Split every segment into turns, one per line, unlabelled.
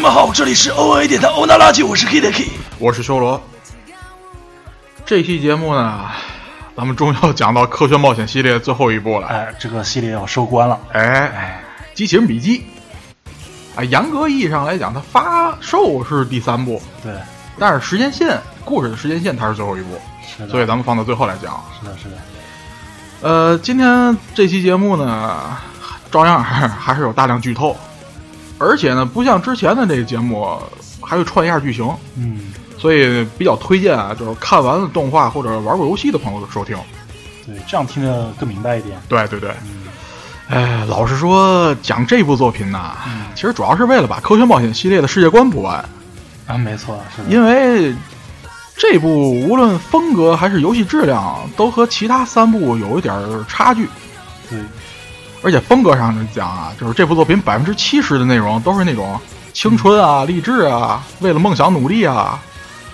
们好，这里是 O A 电台欧娜垃圾，我是 Kitty。
我是修罗。这期节目呢，咱们终于要讲到科学冒险系列最后一部了。
哎，这个系列要收官了。
哎，机器人笔记。啊，严格意义上来讲，它发售是第三部，
哎对，
但是时间线、故事的时间线它是最后一部，
是的，
所以咱们放到最后来讲。
是的，是的，
呃，今天这期节目呢，照样还是还是有大量剧透，而且呢，不像之前的这个节目还会串一下剧情，
嗯，
所以比较推荐啊，就是看完了动画或者玩过游戏的朋友收听。
对，这样听着更明白一点。
对对对，
嗯，
哎，老实说，讲这部作品呐，其实主要是为了把科学冒险系列的世界观补完，
啊，没错，是的，
因为这部无论风格还是游戏质量，都和其他三部有一点儿差距。
对，
而且风格上讲啊，就是这部作品百分之七十的内容都是那种青春啊、励志啊、为了梦想努力啊，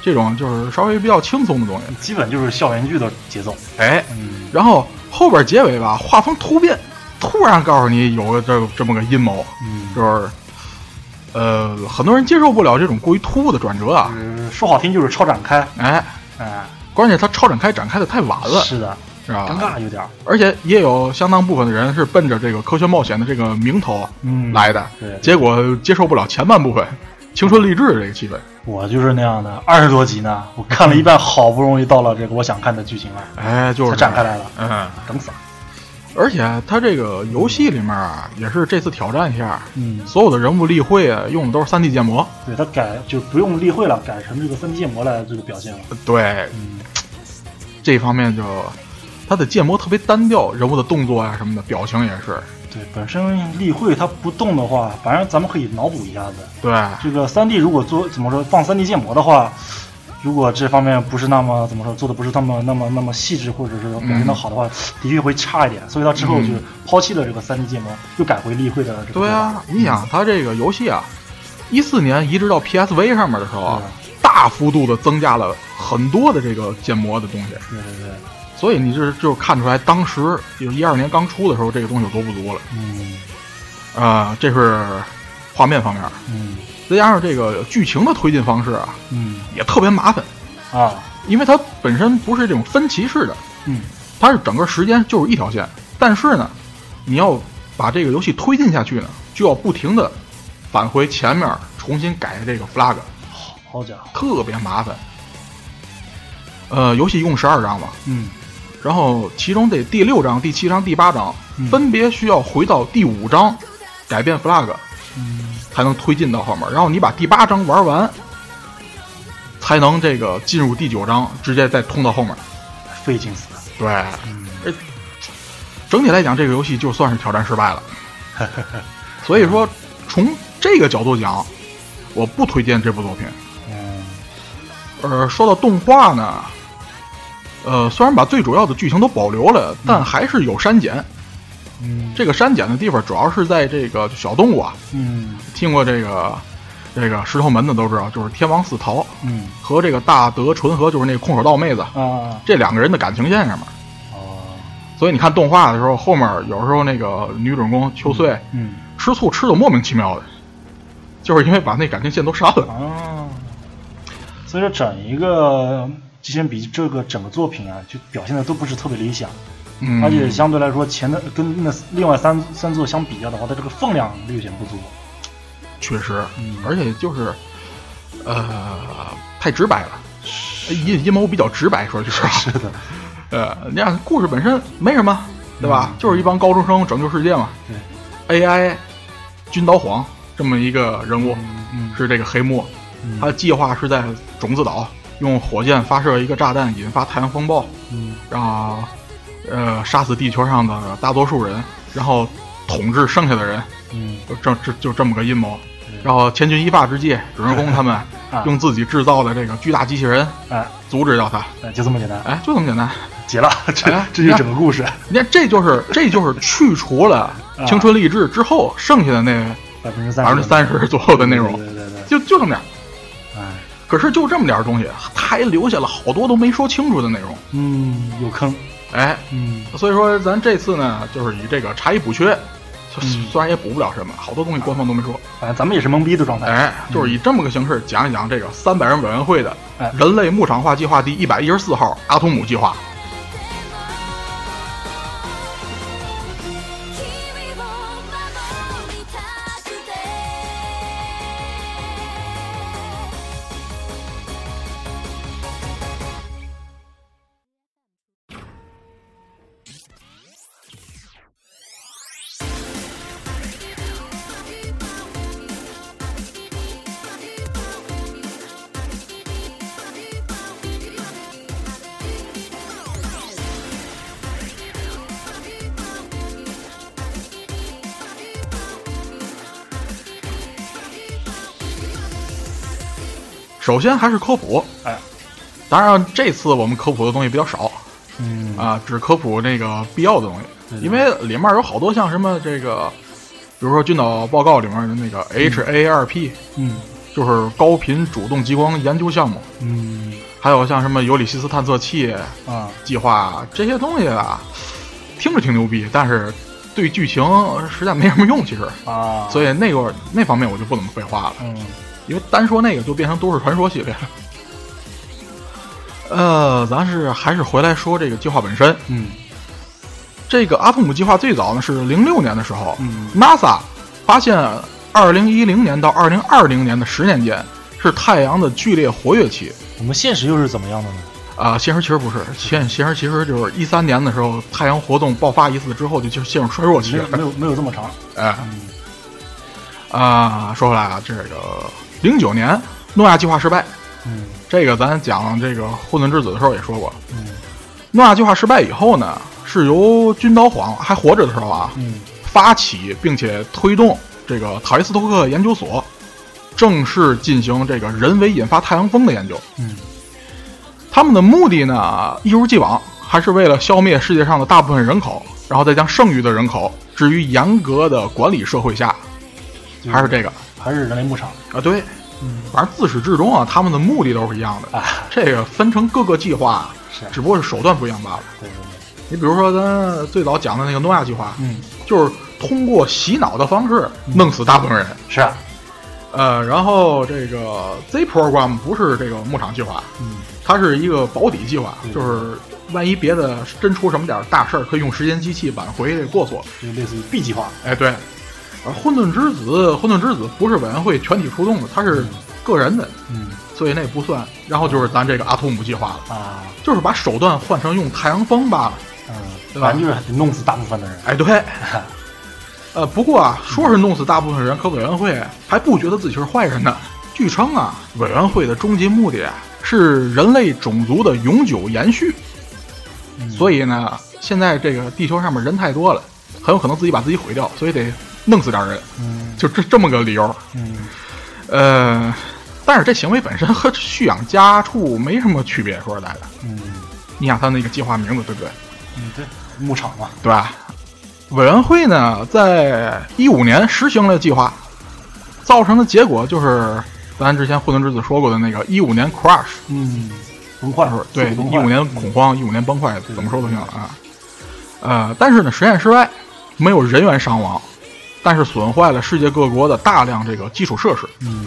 这种就是稍微比较轻松的东西。
基本就是校园剧的节奏。
哎，
嗯，
然后后边结尾吧，画风突变，突然告诉你有个这这么个阴谋，
嗯，
就是呃，很多人接受不了这种过于突兀的转折啊。
就是说好听就是超展开，
哎，
哎，
关键它超展开展开的啊太晚了，
是的，
是吧？
尴尬有点儿。
而且也有相当部分的人是奔着这个科学冒险的这个名头
嗯，
来的，
对对
结果接受不了前半部分青春励志的这个气氛。
我就是那样的，二十多集呢，我看了一半，好不容易到了这个我想看的剧情了，
哎，就是
才展开来了，
嗯，
整死了。
而且它这个游戏里面啊，也是这次挑战一下，
嗯，
所有的人物例会啊，用的都是三 D 建模。
对他改就不用例会了，改成这个分建模来这个表现了。
对
嗯，
这方面就，它的建模特别单调，人物的动作呀、什么的，表情也是。
对，本身例会它不动的话，反正咱们可以脑补一下子。
对，
这个三 D 如果做怎么说放三 D 建模的话，如果这方面不是那么怎么说做的不是那么那么那么细致，或者是表现的好的话，嗯的确会差一点。所以他之后就
嗯
抛弃了这个三 D 建模，又改回例会的这个做
对
法。
啊，你想它这个游戏啊，一四年移植到 PSV 上面的时候啊
嗯，
大幅度的增加了很多的这个建模的东西，
对对对，
所以你这就看出来当时就是一二年刚出的时候，这个东西有多不足了
嗯
啊、这是画面方面，
嗯
再加上这个剧情的推进方式啊，
嗯
也特别麻烦，
啊
因为它本身不是这种分歧式的，
嗯
它是整个时间就是一条线，但是呢，你要把这个游戏推进下去呢，就要不停的返回前面，重新改这个 flag，
好家伙，
特别麻烦。呃，游戏一共十二章嘛，
嗯
然后其中这第六章、第七章、第八章
嗯
分别需要回到第五章，改变 flag
嗯
才能推进到后面，然后你把第八章玩完，才能这个进入第九章，直接再通到后面。
费劲死了。
对，
嗯
整体来讲，这个游戏就算是挑战失败了。 所以说，从这个角度讲，我不推荐这部作品。
嗯
呃，说到动画呢，呃，虽然把最主要的剧情都保留了，但还是有删减。
嗯
这个删减的地方主要是在这个小动物啊，
嗯
听过这个这个石头门的都知道，就是天王四桃
嗯
和这个大德纯和，就是那个空手道妹子
啊
这两个人的感情线上面。
哦
所以你看动画的时候，后面有时候那个女主人公秋穗。
嗯
吃醋吃的莫名其妙的，就是因为把那感情线都删了。
啊，所以说整一个《机器人笔记》这个整个作品啊，就表现的都不是特别理想，
嗯，
而且相对来说前的跟那另外三三座相比较的话，它这个分量略显不 足。
确实
嗯，
而且就是，呃，太直白了，阴阴谋比较直白，说句实话，
是的，
呃，你看故事本身没什么，对吧？就是一帮高中生拯救世界嘛
嗯对，
，AI 军刀皇这么一个人物
嗯
是这个黑幕，他的计划是在种子岛用火箭发射一个炸弹，引发太阳风暴，
嗯
让呃杀死地球上的大多数人，然后统治剩下的人，
嗯
就这这就这么个阴谋
对。
然后千钧一发之际，主人公他们
啊
用自己制造的这个巨大机器人
啊，
阻止掉他，
哎就这么简单，
哎，就这么简单。
结了，这
哎
这就是整个故 事，
你看，这就是这就是去除了
啊
青春励志之后剩下的那
百分之三
百分之三十左右的内容
对，对对对，
就就这么点儿。
哎，
可是就这么点儿东西，他还留下了好多都没说清楚的内容。
嗯，有坑，
哎，
嗯
所以说咱这次呢，就是以这个查一补缺，虽
嗯
虽然也补不了什么，好多东西官方都没说。
反正咱们也是懵逼的状态。
哎，就是以这么个形式讲一讲这个三百人委员会的
哎
人类牧场化计划第一百一十四号阿图姆计划。
君を守りたくて
首先还是科普，
哎，
当然这次我们科普的东西比较少
嗯，
啊，只科普那个必要的东西，
对对
因为里面有好多像什么这个，比如说军岛报告里面的那个 HARP，、
嗯
就是高频主动激光研究项目，
嗯
还有像什么尤里西斯探测器
啊，
计划这些东西啊，听着挺牛逼，但是对剧情实在没什么用，其实。
啊，
所
以
以那个那方面我就不怎么废话了，
嗯
因为单说那个就变成都市传说系列了。呃，咱是还是回来说这个计划本身。
嗯
这个阿图姆计划最早呢是零六年的时候、
嗯
n a s a 发现二零一零年到二零二零年的十年间是太阳的剧烈活跃期。
我们现实又是怎么样的呢？
啊、现实其实不是，现现实其实就是一三年的时候，太阳活动爆发一次之后就就陷入衰弱期
没有没
了。
有没有这么长。
哎，
嗯
啊、说回来啊，这个零九年诺亚计划失败，
嗯
这个咱讲这个混沌之子的时候也说过，
嗯
诺亚计划失败以后呢，是由军刀皇还活着的时候啊，
嗯
发起并且推动这个塔利斯托克研究所正式进行这个人为引发太阳风的研究。
嗯
他们的目的呢，一如既往，还是为了消灭世界上的大部分人口，然后再将剩余的人口置于严格的管理社会下，
就
还是这个
还是人类牧场。
嗯啊？对，
嗯
反正自始至终啊，他们的目的都是一样的。
啊，
这个分成各个计划，
是啊
只不过是手段不一样罢了。
对对对，
你比如说，咱最早讲的那个诺亚计划，
嗯
就是通过洗脑的方式弄死大部分人。
是啊，
呃，然后这个 Z program 不是这个牧场计划，
嗯
它是一个保底计划，
嗯
就是万一别的真出什么点儿大事儿，可以用时间机器挽回这个过错。
就类似于 B 计划。
哎，对。而混沌之子，混沌之子不是委员会全体出动的，它是
嗯
个人的，
嗯
所以那不算。然后就是咱这个阿图姆计划了，
啊
就是把手段换成用太阳风罢了。
嗯，
对吧
反正就是得弄死大部分的人。
哎，对， 呃，不过啊，说是弄死大部分人，可委员会啊还不觉得自己是坏人呢。据称啊，委员会的终极目的啊是人类种族的永久延续，
嗯
所以呢，现在这个地球上面人太多了，很有可能自己把自己毁掉，所以得弄死点人，
嗯
就这这么个理由。
嗯
呃，但是这行为本身和蓄养家畜没什么区别，说实在的，
嗯
你想他那个计划名字对不对？
嗯，对，牧场嘛。
对吧？委员会呢，在一五年实行了计划，造成的结果就是咱之前混沌之子说过的那个一五年 crash，
嗯，崩坏
就是对
速度
一
崩
五
坏
年恐慌，一五年崩坏，
对
怎么说都行啊。呃，但是呢，实验失败，没有人员伤亡，但是损坏了世界各国的大量这个基础设施。
嗯，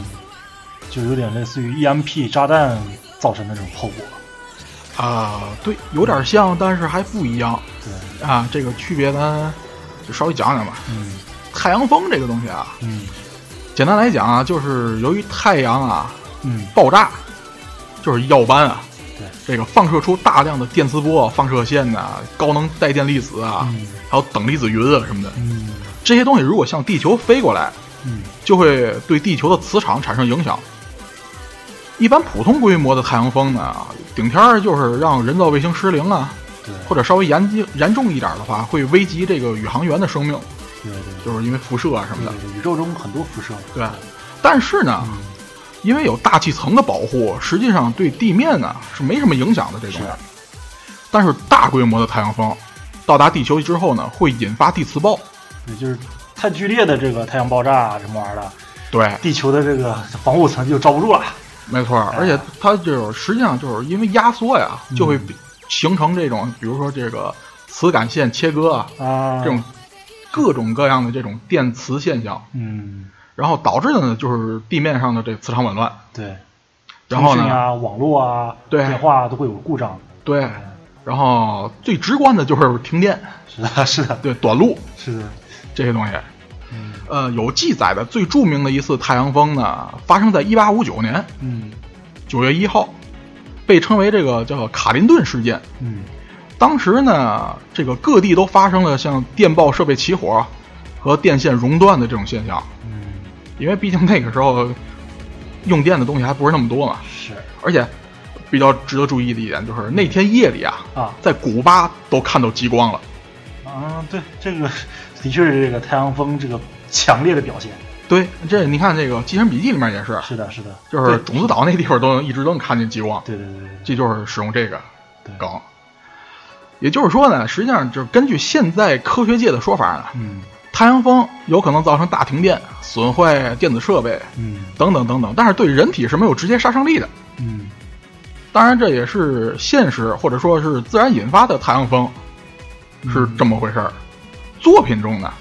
就有点类似于 EMP 炸弹造成的那种后果。
啊、对，有点像，但是还不一样
对，
啊。这个区别咱就稍微讲讲吧。
嗯
太阳风这个东西啊，
嗯
简单来讲啊，就是由于太阳啊
嗯
爆炸，就是耀斑啊，
对，
这个放射出大量的电磁波、放射线呐、高能带电粒子啊，
嗯
还有等离子云啊什么的，
嗯
这些东西如果向地球飞过来，
嗯
就会对地球的磁场产生影响。一般普通规模的太阳风呢，顶天儿就是让人造卫星失灵啊，
对
或者稍微严谨严重一点的话，会危及这个宇航员的生命，
对对对
就是因为辐射啊什么
对
的。
对，宇宙中很多辐射。
对，但是呢，
嗯
因为有大气层的保护，实际上对地面呢是没什么影响的这种。但是大规模的太阳风到达地球之后呢，会引发地磁暴。
对，就是太剧烈的这个太阳爆炸啊什么玩意儿的，
对，
地球的这个防护层就罩不住了。
没错，
哎
而且它就是实际上就是因为压缩呀，
嗯
就会形成这种，比如说这个磁感线切割啊
啊，
这种各种各样的这种电磁现象，
嗯，
然后导致的呢就是地面上的这磁场紊乱。
对，
然后
通
呢，
讯啊、网络啊、
对
电话都会有故障，
对，然后最直观的就是停电，
是的，是的，
对，短路
是的，
这些东西。
嗯
呃，有记载的最著名的一次太阳风呢，发生在1859年
嗯
9月1号，被称为这个叫卡林顿事件。
嗯
当时呢，这个各地都发生了像电报设备起火和电线熔断的这种现象，
嗯，
因为毕竟那个时候用电的东西还不是那么多嘛。
是
而且比较值得注意的一点就是那天夜里啊，
啊
在古巴都看到极光了。
啊，对，这个的确是这个太阳风这个强烈的表现，
对，这你看这个《机器人笔记》里面也是，
是的，是的，
就是种子岛那地方都能一直都能看见极光，
对对对对对
这就是使用这个
对，
梗。也就是说呢，实际上就是根据现在科学界的说法呢，
嗯
太阳风有可能造成大停电、损坏电子设备
嗯
等等等等，但是对人体是没有直接杀伤力的。
嗯
当然，这也是现实或者说是自然引发的太阳风，
嗯
是这么回事儿。作品中呢，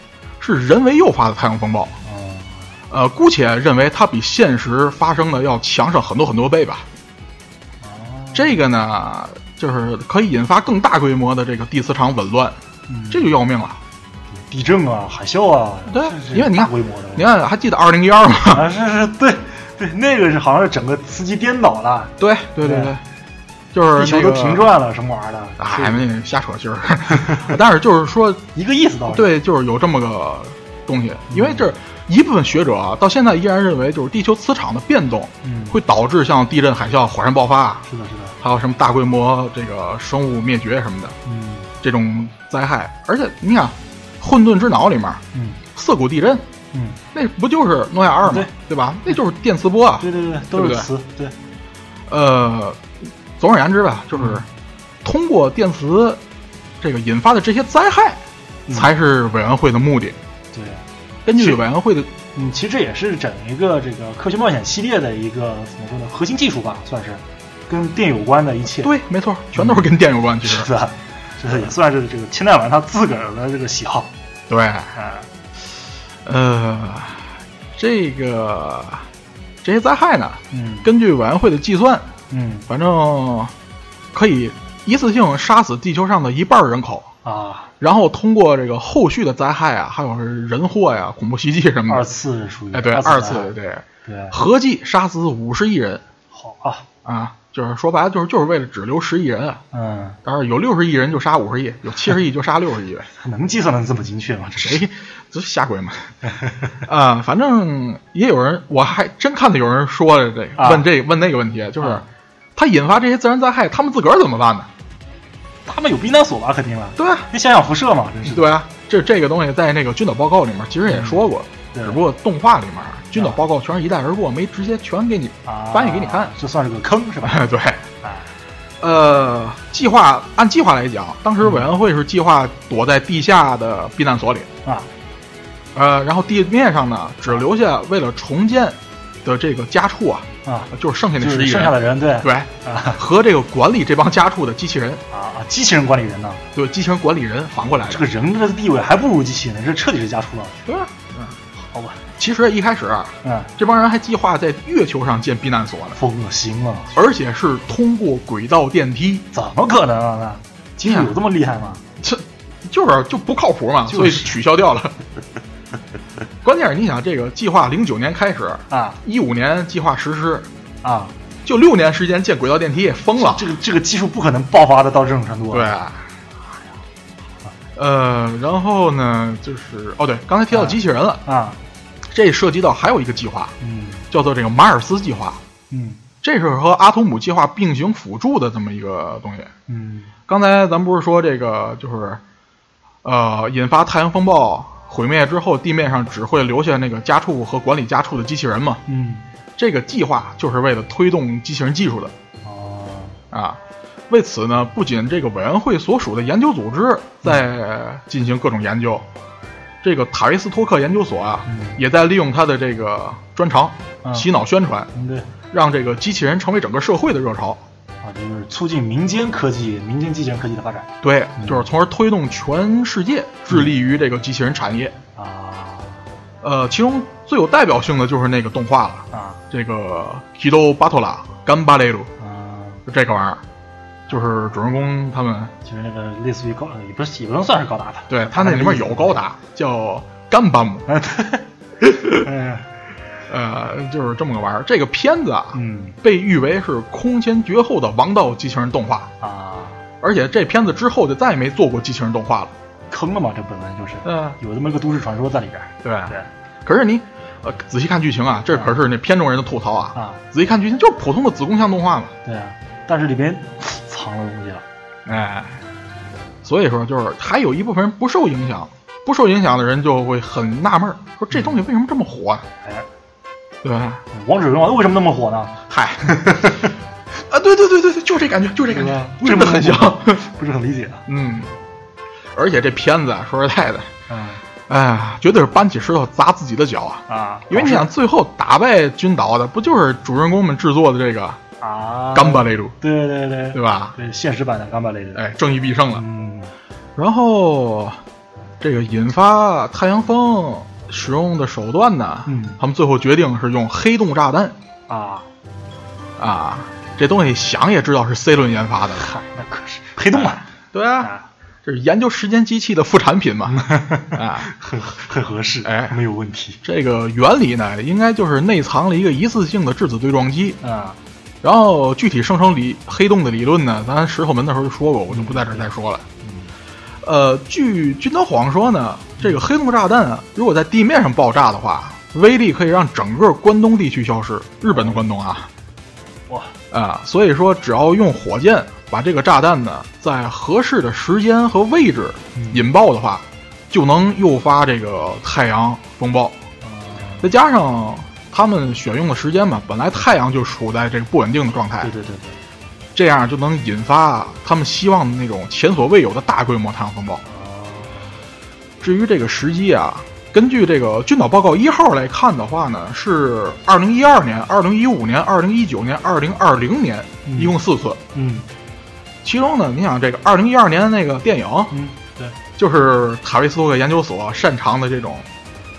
是人为诱发的太阳风暴，
啊，
呃，姑且认为它比现实发生的要强上很多很多倍吧。
哦
这个呢，就是可以引发更大规模的这个地磁场紊乱，
嗯
这就要命了。
地震啊、海啸啊，
对
这是
因为你看
大规模的，
你看，还记得二零一二吗？
啊，是是，对 对，那个是好像是整个司机颠倒了，
对对对
对
对，就是
地球
那
都
个
停。转了，什么玩意儿的？
哎，那个瞎扯 就是，但是就是说，
一个意思倒是。，
对，就是有这么个东西，因为
嗯
这一部分学者啊，到现在依然认为，就是地球磁场的变动
嗯，
会导致像地震、海啸、火山爆发，
是的，是的，
还有什么大规模这个生物灭绝什么的
嗯
这种灾害。而且你想，《混沌之脑》里面
嗯
涩谷地震，
嗯，
那不就是诺亚二吗？
对
对吧？那就是电磁波啊。
对对对，都是
对不
词，对，
呃，总而言之吧，就是
嗯
通过电磁这个引发的这些灾害，
嗯
才是委员会的目的。
对，
嗯根据
是
委员会的
嗯，其实这也是整一个这个科学冒险系列的一个怎么说呢，核心技术吧，算是跟电有关的一切。，
对，没错，全都是跟电有关。其实，
是 的，就是也算是这个千代丸他自个儿的这个喜好。
对，
啊，
呃，这个这些灾害呢，
嗯
根据委员会的计算，
嗯
反正可以一次性杀死地球上的一半人口，
啊，
然后通过这个后续的灾害啊，还有是人祸呀、恐怖袭击什么
二
的，
次属于
哎，对，
二
二
次
次
的
对，
对，
合计杀死五十亿人
好啊，
啊，就是说白了就是就是为了只留十亿人啊。
嗯，
当然有六十亿人就杀五十亿，有七十亿就杀六十亿呗。
能计算的这么精确吗？这
谁这瞎鬼嘛？啊、反正也有人，我还真看到有人说了这个，
啊
问这个问那个问题，就是、
啊
他引发这些自然灾害，他们自个儿怎么办呢？
他们有避难所吧？肯定了，
对吧？
那想想辐射嘛，真是的。
对啊，这这个东西在那个军岛报告里面其实也说过，
嗯对啊
只不过动画里面军岛报告全是一带而过，没直接全给你
啊，
翻译给你看。
这算是个坑 是吧？
对，
哎，
呃，计划按计划来讲，当时委员会是计划躲在地下的避难所里，
啊，
呃，然后地面上呢，只留下为了重建的这个家畜啊，
啊，
就是剩下
就
那十
是
亿
剩下
人，
的人对
对，
啊
和这个管理这帮家畜的机器人，
啊啊，机器人管理人呢，
对，机器人管理人反过来
这
的
个，人的地位还不如机器人，这彻底是家畜了，
对吧？
好吧？
其实一开始啊
嗯，
这帮人还计划在月球上建避难所呢，
疯了心了，
而且是通过轨道电梯，
怎么可能
哎
啊？那机器人有这么厉害吗？
这就是就不靠谱嘛，
就是
所以取消 掉了。关键是你想，这个计划零九年开始，
啊
一五年计划实施，
啊，
就六年时间建轨道电梯也疯了。
这个这个技术不可能爆发的到这种程度，啊
对，，呃，然后呢，就是哦，对，刚才提到机器人了，
啊，
这涉及到还有一个计划，
嗯
叫做这个马尔斯计划，
嗯
这是和阿图姆计划并行辅助的这么一个东西。
嗯
刚才咱们不是说这个就是，呃，引发太阳风暴毁灭之后，地面上只会留下那个家畜和管理家畜的机器人嘛？
嗯，
这个计划就是为了推动机器人技术的
哦，
啊。为此呢，不仅这个委员会所属的研究组织在进行各种研究，这个塔维斯托克研究所啊，
嗯
也在利用他的这个专长
嗯
洗脑宣传，
嗯对，
让这个机器人成为整个社会的热潮。
啊，这就是促进民间科技、民间机器人科技的发展
对，
嗯
就是从而推动全世界致力于这个机器人产业。
啊
呃，其中最有代表性的就是那个动画了，
啊
这个《Kido Batola》《干巴雷鲁》
嗯，
就这个玩意儿，就是主人公他们，
就是那个类似于高，也不是也不能算是高达吧，
对他那里面有高达叫干巴姆，
嗯， 对，
呃，就是这么个玩意儿。这个片子啊，
嗯
被誉为是空前绝后的王道机器人动画，
啊，
而且这片子之后就再也没做过机器人动画了。
坑了嘛，这本来就是
嗯、啊
有这么一个都市传说在里边儿，
对。
对嗯
可是你，呃，仔细看剧情啊，这可是那片中人的吐槽啊。
啊，
仔细看剧情，就是普通的子宫像动画嘛。
对啊，但是里边藏了东西了，
哎，所以说就是还有一部分人不受影响，不受影响的人就会很纳闷儿，说这东西为什么这么火啊？
哎，
对吧？
王者荣耀为什么那么火呢？
嗨， 啊，对对对对对，就这感觉，就这感
是吧
觉，真的很像。
不是很理解啊，
嗯，而且这片子啊，说实在的，
嗯
哎呀，绝对是搬起石头砸自己的脚啊！
啊，
因为你
老
想，最后打败军岛的不就是主人公们制作的这个
是啊，
干巴，雷鲁，
对对对
对吧？
对，现实版的干巴雷的，
哎，正义必胜了。
嗯
然后这个引发太阳风使用的手段呢，
嗯
他们最后决定是用黑洞炸弹
啊，
啊，这东西想也知道是 C 轮研发的，
嗨，那可是黑洞啊，
对啊，
啊，
这是研究时间机器的副 产品嘛，啊。
很很合适，
哎
没有问题，
这个原理呢，应该就是内藏了一个一次性的质子对撞机，
啊
然后具体生成理黑洞的理论呢，咱石头门的时候就说过，我就不在这儿再说了。呃，据军刀皇说呢，这个黑洞炸弹啊，如果在地面上爆炸的话，威力可以让整个关东地区消失，日本的关东啊
哇，
啊、所以说只要用火箭把这个炸弹呢，在合适的时间和位置
嗯
引爆的话，就能诱发这个太阳风暴。
啊
再加上他们选用的时间嘛，本来太阳就处在这个不稳定的状态
对，对对对，
这样就能引发他们希望的那种前所未有的大规模太阳风暴。
哦
至于这个时机啊，根据这个军岛报告一号来看的话呢，是二零一二年、二零一五年、二零一九年、二零二零年，
嗯
一共四次。
嗯
其中呢，你想这个二零一二年的那个电影，
嗯，对，
就是塔维斯托克研究所擅长的这种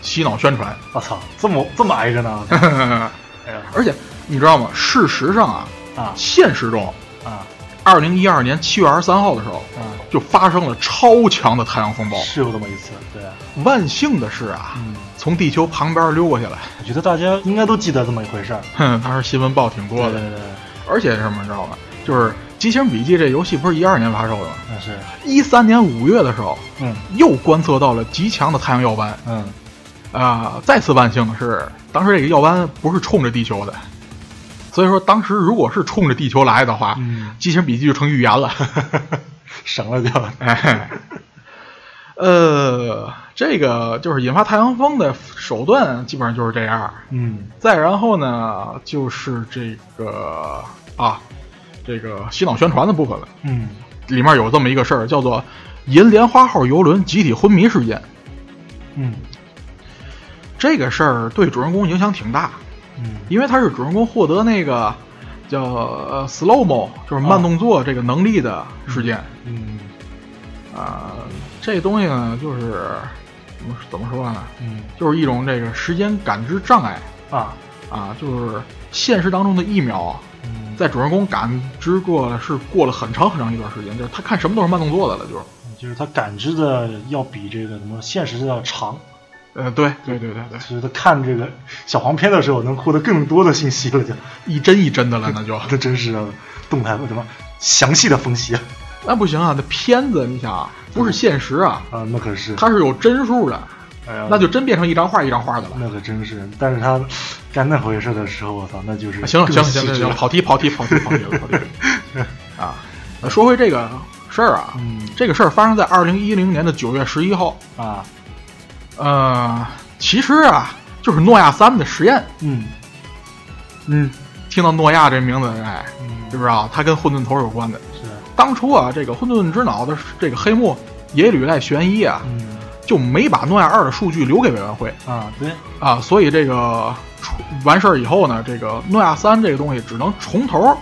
洗脑宣传。
我操，这么这么挨着 呢，哎呀
而且你知道吗？事实上啊，
啊
现实中，
啊
二零一二年七月二十三号的时候，
啊，
就发生了超强的太阳风暴。
是有这么一次，对，啊
万幸的是啊，
嗯，
从地球旁边溜过去了。
我觉得大家应该都记得这么一回事儿，
哼，当时新闻报挺多
对
的，
对对，
而且是什么你知道吗？就是《机器人笔记》这游戏不是一二年发售的吗？
那是，
一三年五月的时候，
嗯
又观测到了极强的太阳耀斑。
嗯，
啊、再次万幸的是，当时这个耀斑不是冲着地球的，所以说当时如果是冲着地球来的话，
嗯
机器人笔记》就成预言了。
省了就，
哎， 呃，这个就是引发太阳风的手段，基本上就是这样。
嗯
再然后呢，就是这个啊，这个洗脑宣传的部分了。
嗯，
里面有这么一个事儿，叫做“银莲花号游轮集体昏迷事件
嗯”。
这个事儿对主人公影响挺大，
嗯
因为他是主人公获得那个叫呃 slow mo，就是慢动作这个能力的事件。
嗯
啊、这东西呢，就是怎么怎么说呢？
嗯
就是一种这个时间感知障碍
啊，
啊，就是现实当中的一秒啊，
嗯，
在主人公感知过了是过了很长很长一段时间，就是他看什么都是慢动作的了，就是，
就是他感知的要比这个什么现实的要长，
呃，对对对 对对，
所以他看这个小黄片的时候能获得更多的信息了，就啊
一帧一帧的了，那就
这真是动态什么详细的分析啊，
那不行啊，那片子你想啊，不是现实啊，
啊那可是，
它是有帧数的，
哎呀
那就真变成一张画一张画的了。
那可真是，但是他干那回事的时候，我操，那就是
啊行了
更
行了
细
行了
致
行了，
了
跑题跑题跑题跑题 了跑题了啊！呃说回这个事儿啊，
嗯
这个事儿发生在二零一零年的九月十一号。
啊，
呃，其实啊，就是诺亚三的实验。
嗯嗯
听到诺亚这名字，哎，
嗯
知不知道它跟混沌头有关的？
是
当初啊，这个混沌之脑的这个黑幕耶吕赖玄一啊，
嗯
就没把诺亚二的数据留给委员会
啊对
啊，所以这个出完事儿以后呢，这个诺亚三这个东西只能从头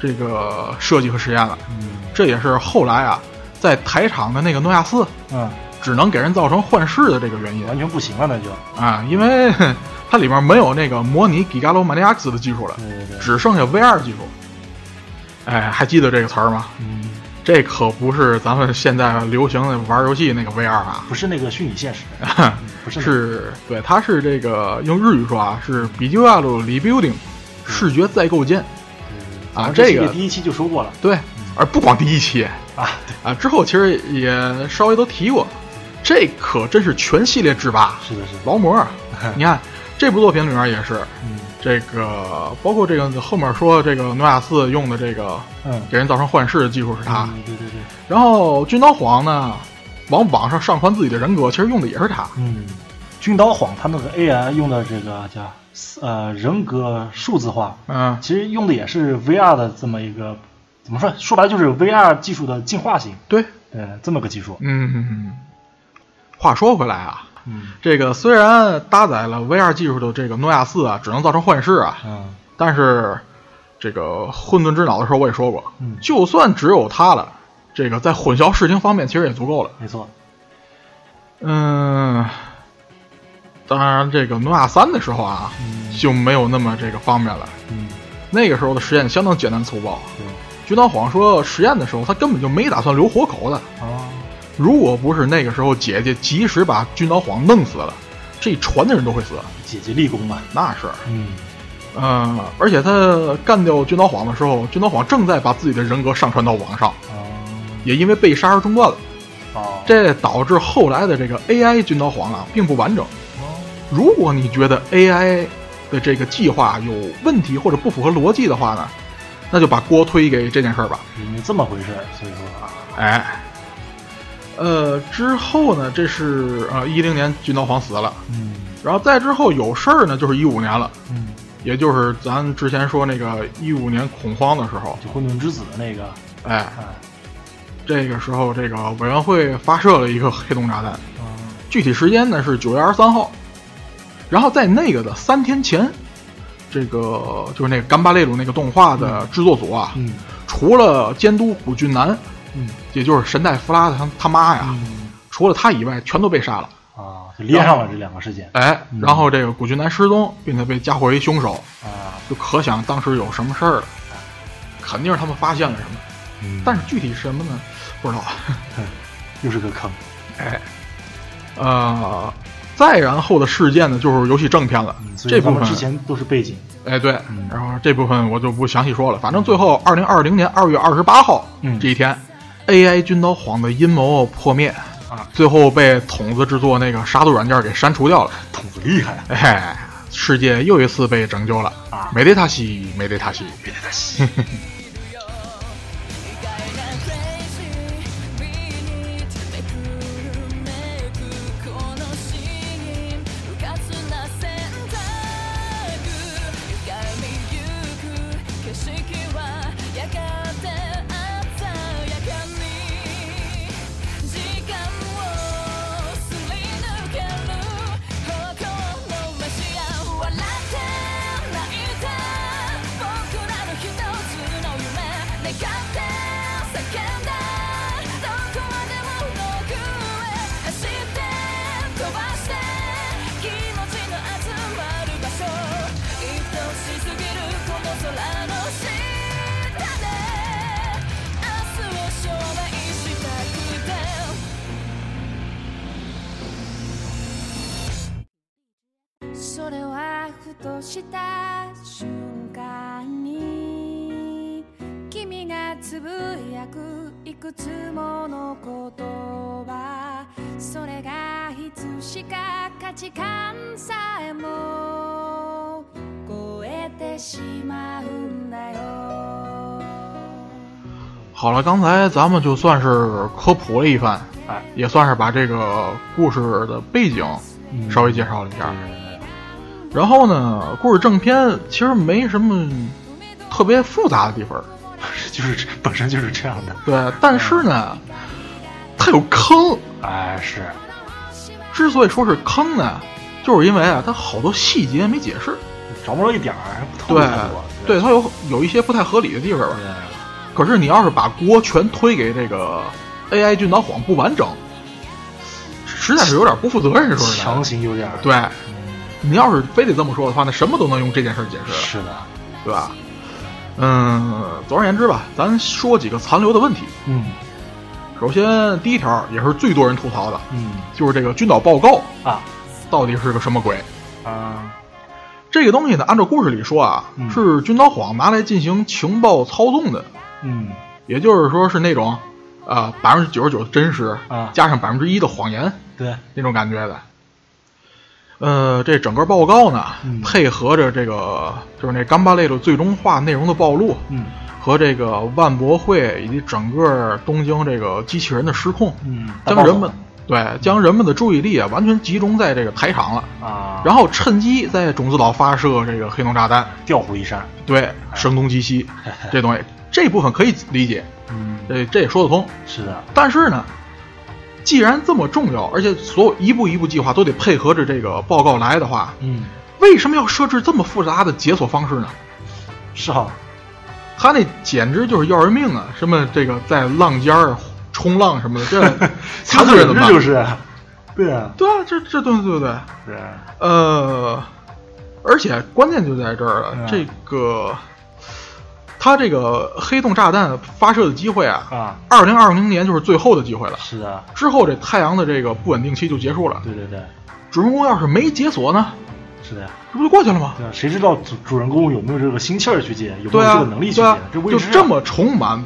这个设计和实验了。
嗯
这也是后来啊，在台场的那个诺亚斯
嗯，
只能给人造成幻视的这个原因
完全不行了，那就
啊，因为 哼它里面没有那个模拟 Gigalomaniacs 的技术了，
对对对，
只剩下 VR 技术。哎，还记得这个词儿吗？
嗯，
这可不是咱们现在流行的玩游戏那个 VR 啊，
不是那个虚拟现实，嗯不是那个
是对，它是这个用日语说啊，是 Visual Rebuilding，视觉再构建。
咱
嗯啊
们
这
系列
个嗯
第一期就说过了
对，而不光第一期，
啊，
啊，之后其实也稍微都提过，这可真是全系列制霸，
是的是的，
劳模 啊。你看这部作品里面也是，
嗯
这个包括这个后面说这个诺亚四用的这个
嗯
给人造成幻视的技术是他，
嗯对对对，
然后军刀皇呢往网上上传自己的人格，其实用的也是他。
嗯，军刀晃他那个 AI 用的这个叫呃人格数字化，
嗯，
其实用的也是 VR 的这么一个，怎么说？说白了就是 VR 技术的进化型，
对，
嗯，这么个技术。
嗯。话说回来啊，
嗯
这个虽然搭载了 VR 技术的这个诺亚四啊，只能造成幻视啊，
嗯
但是这个混沌之脑的时候我也说过，
嗯，
就算只有它了，这个在混淆视听方面其实也足够了。
没错。
嗯，当然这个诺亚三的时候啊，
嗯
就没有那么这个方便了。
嗯，
那个时候的实验相当简单粗暴。
对。
菊岛晃说，实验的时候他根本就没打算留活口的。
哦，
如果不是那个时候姐姐及时把菊岛晃弄死了，这一船的人都会死。
姐姐立功吧。
那是，
嗯，
嗯，而且他干掉菊岛晃的时候，菊岛晃正在把自己的人格上传到网上，
哦，
也因为被杀而中断了。
哦，
这导致后来的这个 AI 军刀皇啊并不完整。
哦
如果你觉得 AI 的这个计划有问题或者不符合逻辑的话呢，那就把锅推给这件事儿吧。
因为这么回事儿，所以说啊，
哎，呃，之后呢，这是呃一零年军刀皇死了，
嗯
然后再之后有事儿呢，就是一五年了，
嗯，
也就是咱之前说那个一五年恐慌的时候。
就混沌之子的那个，
哎，
啊，
这个时候这个委员会发射了一个黑洞炸弹。
嗯
具体时间呢是九月二十三号，然后在那个的三天前，这个就是那个干巴列鲁那个动画的制作组啊，
嗯
除了监督古俊男，
嗯
也就是神代弗拉他他妈呀，
嗯，
除了他以外，全都被杀了。
啊，就连上了这两个事件
哎，
嗯
然后这个古俊男失踪，并且被嫁祸为凶手，
啊，
就可想当时有什么事儿了，肯定是他们发现了什么，
嗯
但是具体是什么呢？不知道。哎
又是个坑，
呃，再然后的事件呢，就是游戏正片了
嗯，所以
这
咱
部
们
分
之前都是背景，
哎，对
嗯，
然后这部分我就不详细说了。反正最后，二零二零年二月二十八号、
嗯
这一天，AI 军刀晃的阴谋破灭
啊，
最后被筒子制作那个杀毒软件给删除掉了。
筒子厉害
哎，世界又一次被拯救了。
啊，
美得塔西，美得塔西，
别的戏，
笑って泣いて僕らの一つの夢願って叫んでどこまでも遠くへ走って飛ばして気持ちの集まる場所愛しすぎるこの空の下で明日を証明したくてそれはふとした瞬間に君がつぶやくいくつもの言葉それがいつしか価値観さえも超えてしまうんだよ
好了，刚才咱们就算是科普了一番，
哎，
也算是把这个故事的背景
嗯
稍微介绍了一下。然后呢，故事正片其实没什么特别复杂的地方，
就是 这本身就是这样的，
对，但是呢，它有坑。
哎，是，
之所以说是坑呢，就是因为啊，它好多细节没解释。
着不着一点儿，还不透
对
明我，，
对它有有一些不太合理的地方吧。可是你要是把锅全推给这个 AI 军导谎不完整，实在是有点不负责任。说实在的
强行有点儿
对，
嗯
你要是非得这么说的话，那什么都能用这件事儿解释，
是的，
对吧？嗯，总而言之吧，咱说几个残留的问题。
嗯
首先，第一条也是最多人吐槽的，
嗯
就是这个军岛报告
啊
到底是个什么鬼？
啊
这个东西呢，按照故事里说啊，
嗯
是军岛晃拿来进行情报操纵的，
嗯
也就是说是那种，呃，百分之九十九的真实
啊
加上百分之一的谎言
对
那种感觉的。呃，这整个报告呢，
嗯
配合着这个就是那干巴类的最终化内容的暴露，
嗯
和这个万博会以及整个东京这个机器人的失控，
嗯，大
将
暴
人
走
们对将人们的注意力啊完全集中在这个台场了，
啊，
然后趁机在种子岛发射这个黑洞炸弹，
调虎离山，
对，声东 击西，这东西这部分可以理解，
嗯，
这这也说得通。
是的，
但是呢，既然这么重要，而且所有一步一步计划都得配合着这个报告来的话，
嗯，
为什么要设置这么复杂的解锁方式呢？
是哈，
他那简直就是要人命啊！什么这个在浪尖儿冲浪什么的， 这
他
残死人怎么
这
办？
就是，对啊，
对啊，这这东西对不对？
对啊，
呃，而且关键就在这儿了，
嗯
这个他这个黑洞炸弹发射的机会啊，
啊，
二零二零年就是最后的机会了。
是的，
之后这太阳的这个不稳定期就结束了。
对对对，
主人公要是没解锁呢，
是的，
这不就过去了吗？
对啊，谁知道主主人公有没有这个心气儿去接，有没有
对
这
啊，
个能力去
对啊
接？这，未
就
知啊
这么充满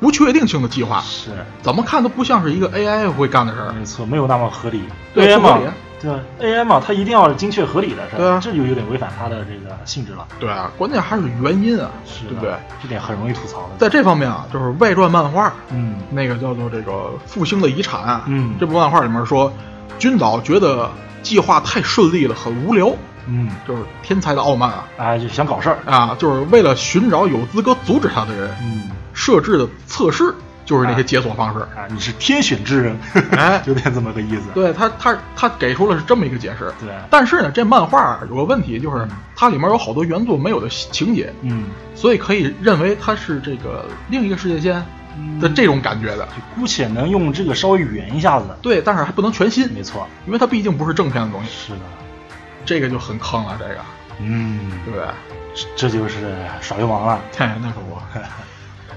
不确定性的计划，
是，
怎么看都不像是一个 AI 会干的事儿。
没错，没有那么合理。
对
AI
不合理啊
嘛，对吧 AI 嘛，它一定要精确合理的，是
对
吧
啊？
这就有点违反它的这个性质了，
对啊，关键还是原因啊，
是
对
的
不对？？
这点很容易吐槽的。
在这方面啊，就是外传漫画
嗯
那个叫做这个《复兴的遗产》啊，
嗯
这部漫画里面说，君岛觉得计划太顺利了，很无聊，
嗯，
就是天才的傲慢啊
哎，就想搞事儿。
啊，就是为了寻找有资格阻止他的人，
嗯
设置的测试就是那些解锁方式。
啊，你是天选之人，
哎
有点这么个意思。
对他，他他给出了是这么一个解释。
对啊
但是呢，这漫画有个问题，就是它里面有好多原作没有的情节，
嗯，
所以可以认为它是这个另一个世界线
嗯
的这种感觉的。
就姑且能用这个稍微圆一下子。
对，但是还不能全新，
没错，
因为它毕竟不是正片的东西，
是的。
这个就很坑了，这个
嗯，
对不 对？
这这就是耍流氓了。
嘿，那可不。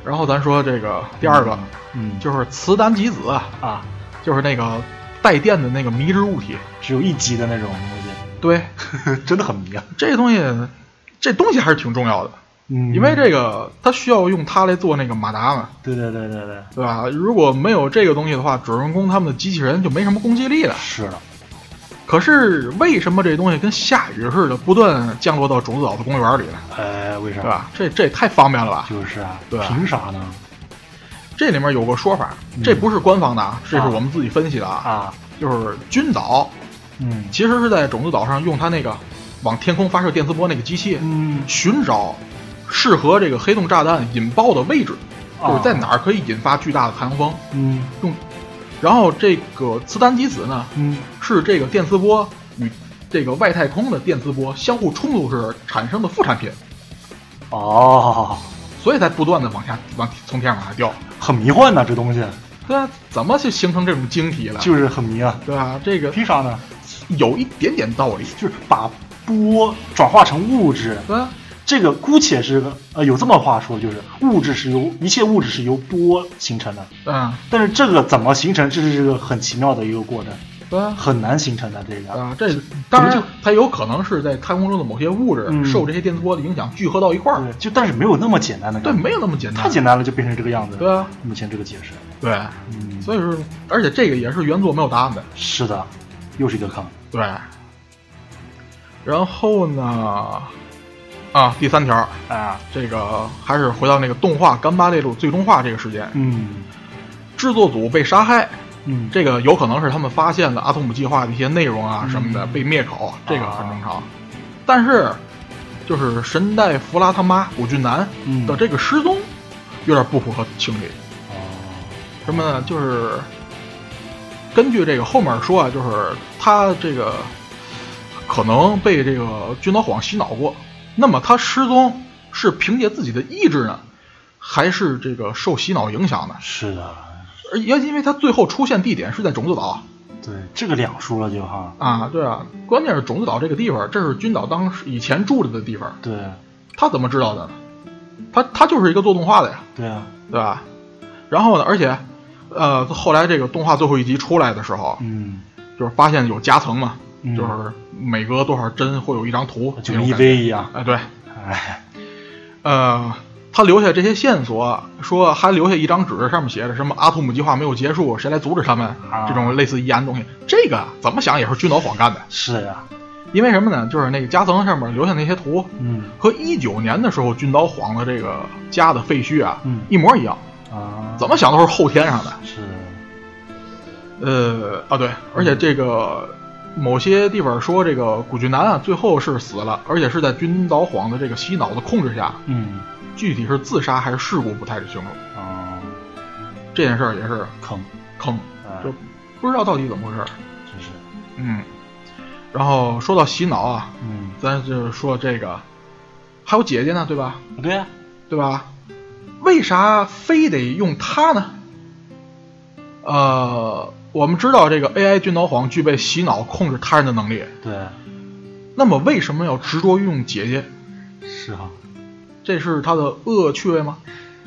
然后咱说这个第二个，
嗯，
就是磁单极子啊，
啊，
就是那个带电的那个迷之物体。
只有一级的那种东
对，
西，真的很迷啊。
这东西，这东西还是挺重要的，
嗯，
因为这个它需要用它来做那个马达嘛，
对对对对对，
对吧？如果没有这个东西的话，主人公他们的机器人就没什么攻击力了。
是的，
可是为什么这东西跟下雨似的，不断降落到种子岛的公园里呢？
哎，为啥？
对吧？这这也太方便了吧？
就是啊，
对吧
凭啥呢？
这里面有个说法，这不是官方的，啊，这是我们自己分析的啊。
嗯啊，
就是军岛
嗯
其实是在种子岛上用它那个往天空发射电磁波那个机器，
嗯，
寻找适合这个黑洞炸弹引爆的位置，就
啊
是在哪儿可以引发巨大的太阳风。
嗯
用，然后这个磁单极子呢，
嗯
是这个电磁波与这个外太空的电磁波相互冲突时产生的副产品，
哦，
所以才不断的往下往从天上往下掉。
很迷幻呐、这东西
对啊，怎么就形成这种晶体了？
就是很迷啊。
对啊，这个
凭啥呢？
有一点点道理。
就是把波转化成物质，
对啊，
这个姑且是个呃有这么话说，就是物质是由一切物质是由波形成的，
嗯，
但是这个怎么形成，这是个很奇妙的一个过程，
对啊。
很难形成的这个。
啊，这当然
就，
它有可能是在太空中的某些物质
嗯
受这些电磁波的影响聚合到一块儿
对，，就但是没有那么简单的
嗯对，
感觉，
没有那么简单，
太简单了就变成这个样子。
对啊，
目前这个解释，
对，
嗯，
所以说，而且这个也是原作没有答案的，
是的，又是一个坑。
对。然后呢，啊，第三条，
啊，
这个还是回到那个动画《干巴内路最终话》这个事件，
嗯
制作组被杀害，
嗯，
这个有可能是他们发现了阿童姆计划的一些内容啊
嗯
什么的被灭口，这个很正常。但是，就是神代弗拉他妈古俊男
嗯
的这个失踪，有点不符合情理。
哦，
什么呢？就是根据这个后面说啊，就是他这个可能被这个军岛晃洗脑过。那么他失踪是凭借自己的意志呢，还是这个受洗脑影响呢？
是的，
而也因为他最后出现地点是在种子岛啊
对，这个两说了就哈，
啊，对啊，关键是种子岛这个地方，这是军岛当时以前住着的地方，
对
他怎么知道的呢？他他就是一个做动画的呀，
对啊，
对吧？然后呢，而且，呃，后来这个动画最后一集出来的时候，
嗯，
就是发现有夹层嘛，
嗯啊
就是每隔多少帧会有一张图，
就
那
跟
种感觉
EV 一样，
哎，对，
哎，
呃，他留下这些线索，说还留下一张纸，上面写着什么阿图姆计划没有结束，谁来阻止他们？
啊
这种类似遗言的东西，这个啊怎么想也是军岛晃干的，
是呀，
因为什么呢？就是那个夹层上面留下那些图，
嗯
和一九年的时候军岛晃的这个家的废墟啊，
嗯
一模一样，
啊，
怎么想都是后天上的。
是
呃啊对，而且这个某些地方说这个古俊男啊，最后是死了，而且是在军岛晃的这个洗脑的控制下，
嗯
具体是自杀还是事故不太清楚。
啊
这件事儿也是
坑，
坑，
哎
就，不知道到底怎么回事儿。
真是，
嗯，然后说到洗脑啊，
嗯，
咱就是说这个，还有姐姐呢，对吧？
对啊呀，
对吧？为啥非得用它呢？呃，我们知道这个 AI 军刀皇具备洗脑控制他人的能力，
对，啊
那么为什么要执着于用姐姐？
是哈，
这是他的恶趣味吗？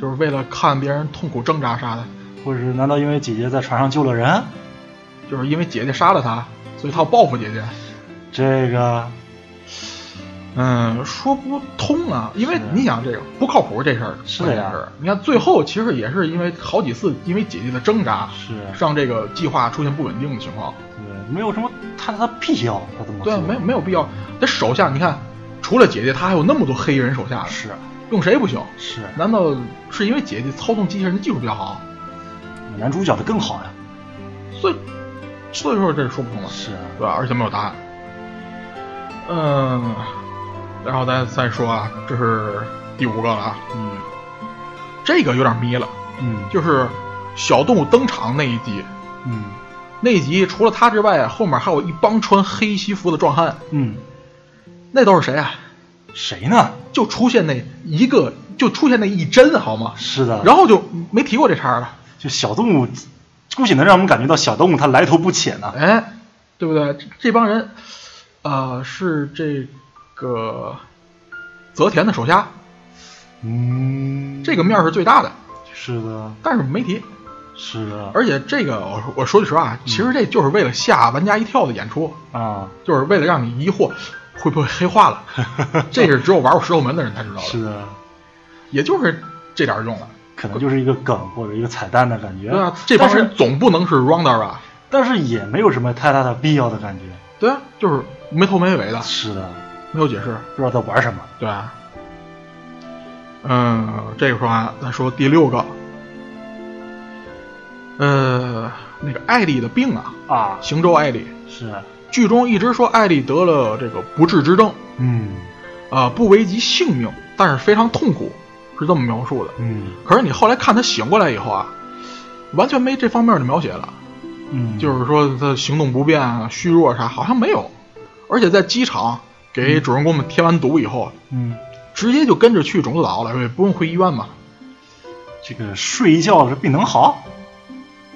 就是为了看别人痛苦挣扎啥的，
或者是难道因为姐姐在船上救了人？
就是因为姐姐杀了他，所以他要报复姐姐。
这个
嗯，说不通啊，因为
是
你想这个不靠谱这事儿，
是
关
呀
键你看最后其实也是因为好几次因为姐姐的挣扎，
是
让这个计划出现不稳定的情况。
对，没有什么他他必要，他这么
对啊
做，，
没有没有必要。他手下你看，除了姐姐，他还有那么多黑人手下呢，
是
用谁不行？
是，
难道是因为姐姐操纵机器人的技术比较好？
男主角的更好呀，
所以所以说这说不通了，
是啊，
对吧？而且没有答案。嗯，然后咱再说啊，这是第五个了啊，
嗯
这个有点迷了。
嗯
就是小动物登场那一集，
嗯
那一集除了他之外，后面还有一帮穿黑西服的壮汉，
嗯，
那都是谁啊？
谁呢？
就出现那一个，就出现那一针，好吗？
是的，
然后就没提过这茬儿了，
就小动物，不仅能让我们感觉到小动物它来头不浅啊呢、
哎，对不对？这这帮人，呃，是这个泽田的手下，
嗯，
这个面儿是最大的，
是的，
但是没提。
是的，
而且这个我我说句实话，啊其实这就是为了吓玩家一跳的演出，
啊，
就是为了让你疑惑会不会黑化 了。这是只有玩过石头门的人才知道
是
的，
的，
也就是这点儿用了。
可能就是一个梗或者一个彩蛋的感觉。
对啊，这帮
哎但是
人总不能是 Rounder 吧？
但是也没有什么太大的必要的感觉。
对啊，就是没头没尾的，
是的，
没有解释。
不知道在玩什么。
对啊，嗯，这个说完，再说第六个，呃，那个艾丽的病啊，
啊，
行州艾丽，
是，啊
剧中一直说艾丽得了这个不治之症，
嗯
啊、不危及性命，但是非常痛苦，是这么描述的。
嗯
可是你后来看他醒过来以后啊，完全没这方面的描写了，
嗯，
就是说他行动不便、啊、虚弱啥，好像没有。而且在机场给主人公们添完毒以后，
嗯，
直接就跟着去种子岛了，也不用回医院嘛。
这个睡一觉这病能好，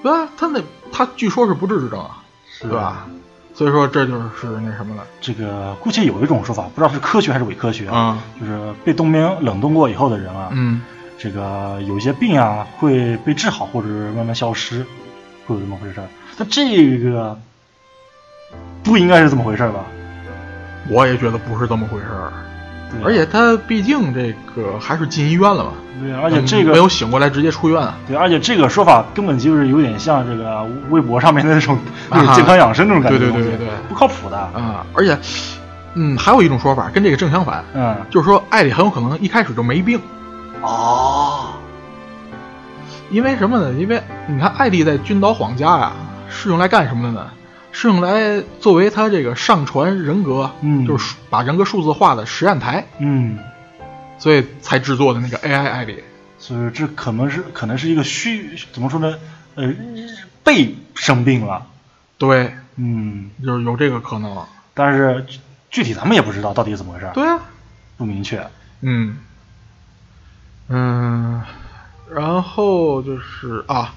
对啊，他那他据说是不治之症啊，
是
对吧？？所以说这就是那什么了，
这个姑且有一种说法，不知道是科学还是伪科学，
啊，
就是被冻冰冷冻过以后的人啊，
嗯，
这个有些病啊会被治好，或者是慢慢消失，会有这么回事儿。那这个不应该是这么回事儿吧？
我也觉得不是这么回事儿。
对啊
而且他毕竟这个还是进医院了嘛，
对啊，而且这
嗯没
个
有醒过来直接出院啊。
对，而且这个说法根本就是有点像这个微博上面的那种那种健康养生那种感觉
啊对
的东
对
西，
对对对
不靠谱的。
啊、而且，嗯，还有一种说法跟这个正相反，
嗯，
就是说艾丽很有可能一开始就没病，
哦，
因为什么呢？因为你看艾丽在军岛晃家呀、是用来干什么的呢？是用来作为他这个上传人格，
嗯
就是数把人格数字化的实验台，
嗯，
所以才制作的那个 AI 艾丽。
所以这可能是可能是一个虚，怎么说呢？呃，被生病了，
对，
嗯，
就是有这个可能。
但是具具体咱们也不知道到底怎么回事儿，
对啊，
不明确。
嗯，嗯，然后就是啊，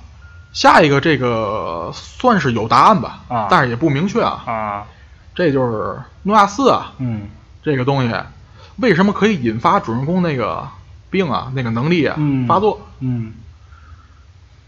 下一个这个算是有答案吧，
啊
但是也不明确啊。
啊，
这就是诺亚四啊，
嗯
这个东西为什么可以引发主人公那个病啊，那个能力啊、
嗯
发作？
嗯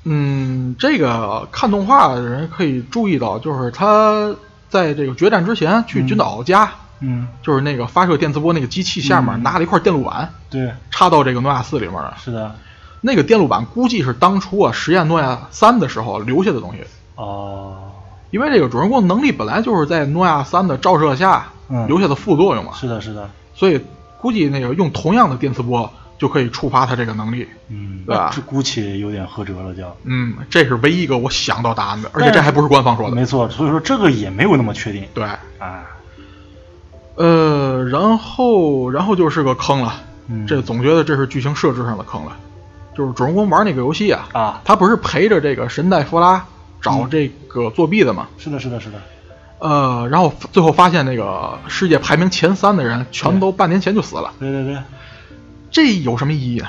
嗯，这个看动画的人可以注意到，就是他在这个决战之前去君岛家，
嗯，
就是那个发射电磁波那个机器下面
嗯
拿了一块电路板，
对，
插到这个诺亚四里面了。
是的，
那个电路板估计是当初啊实验诺亚三的时候留下的东西，
哦，
因为这个主人公能力本来就是在诺亚三的照射下
嗯
留下的副作用嘛，
是的，是的，
所以估计那个用同样的电磁波就可以触发他这个能力。
嗯，
对吧
这姑且有点合辙了，就。
嗯，这是唯一一个我想到答案的，而且
但是
这还不是官方说的。
没错，所以说这个也没有那么确定
对，
啊。
呃，然后然后就是个坑了，
嗯，
这总觉得这是剧情设置上的坑了。就是主人公玩那个游戏啊，
啊
他不是陪着这个神代弗拉找
嗯
这个作弊的嘛？
是的，是的，是的，
呃，然后最后发现那个世界排名前三的人全都半年前就死了，
对对对，
这有什么意义呢？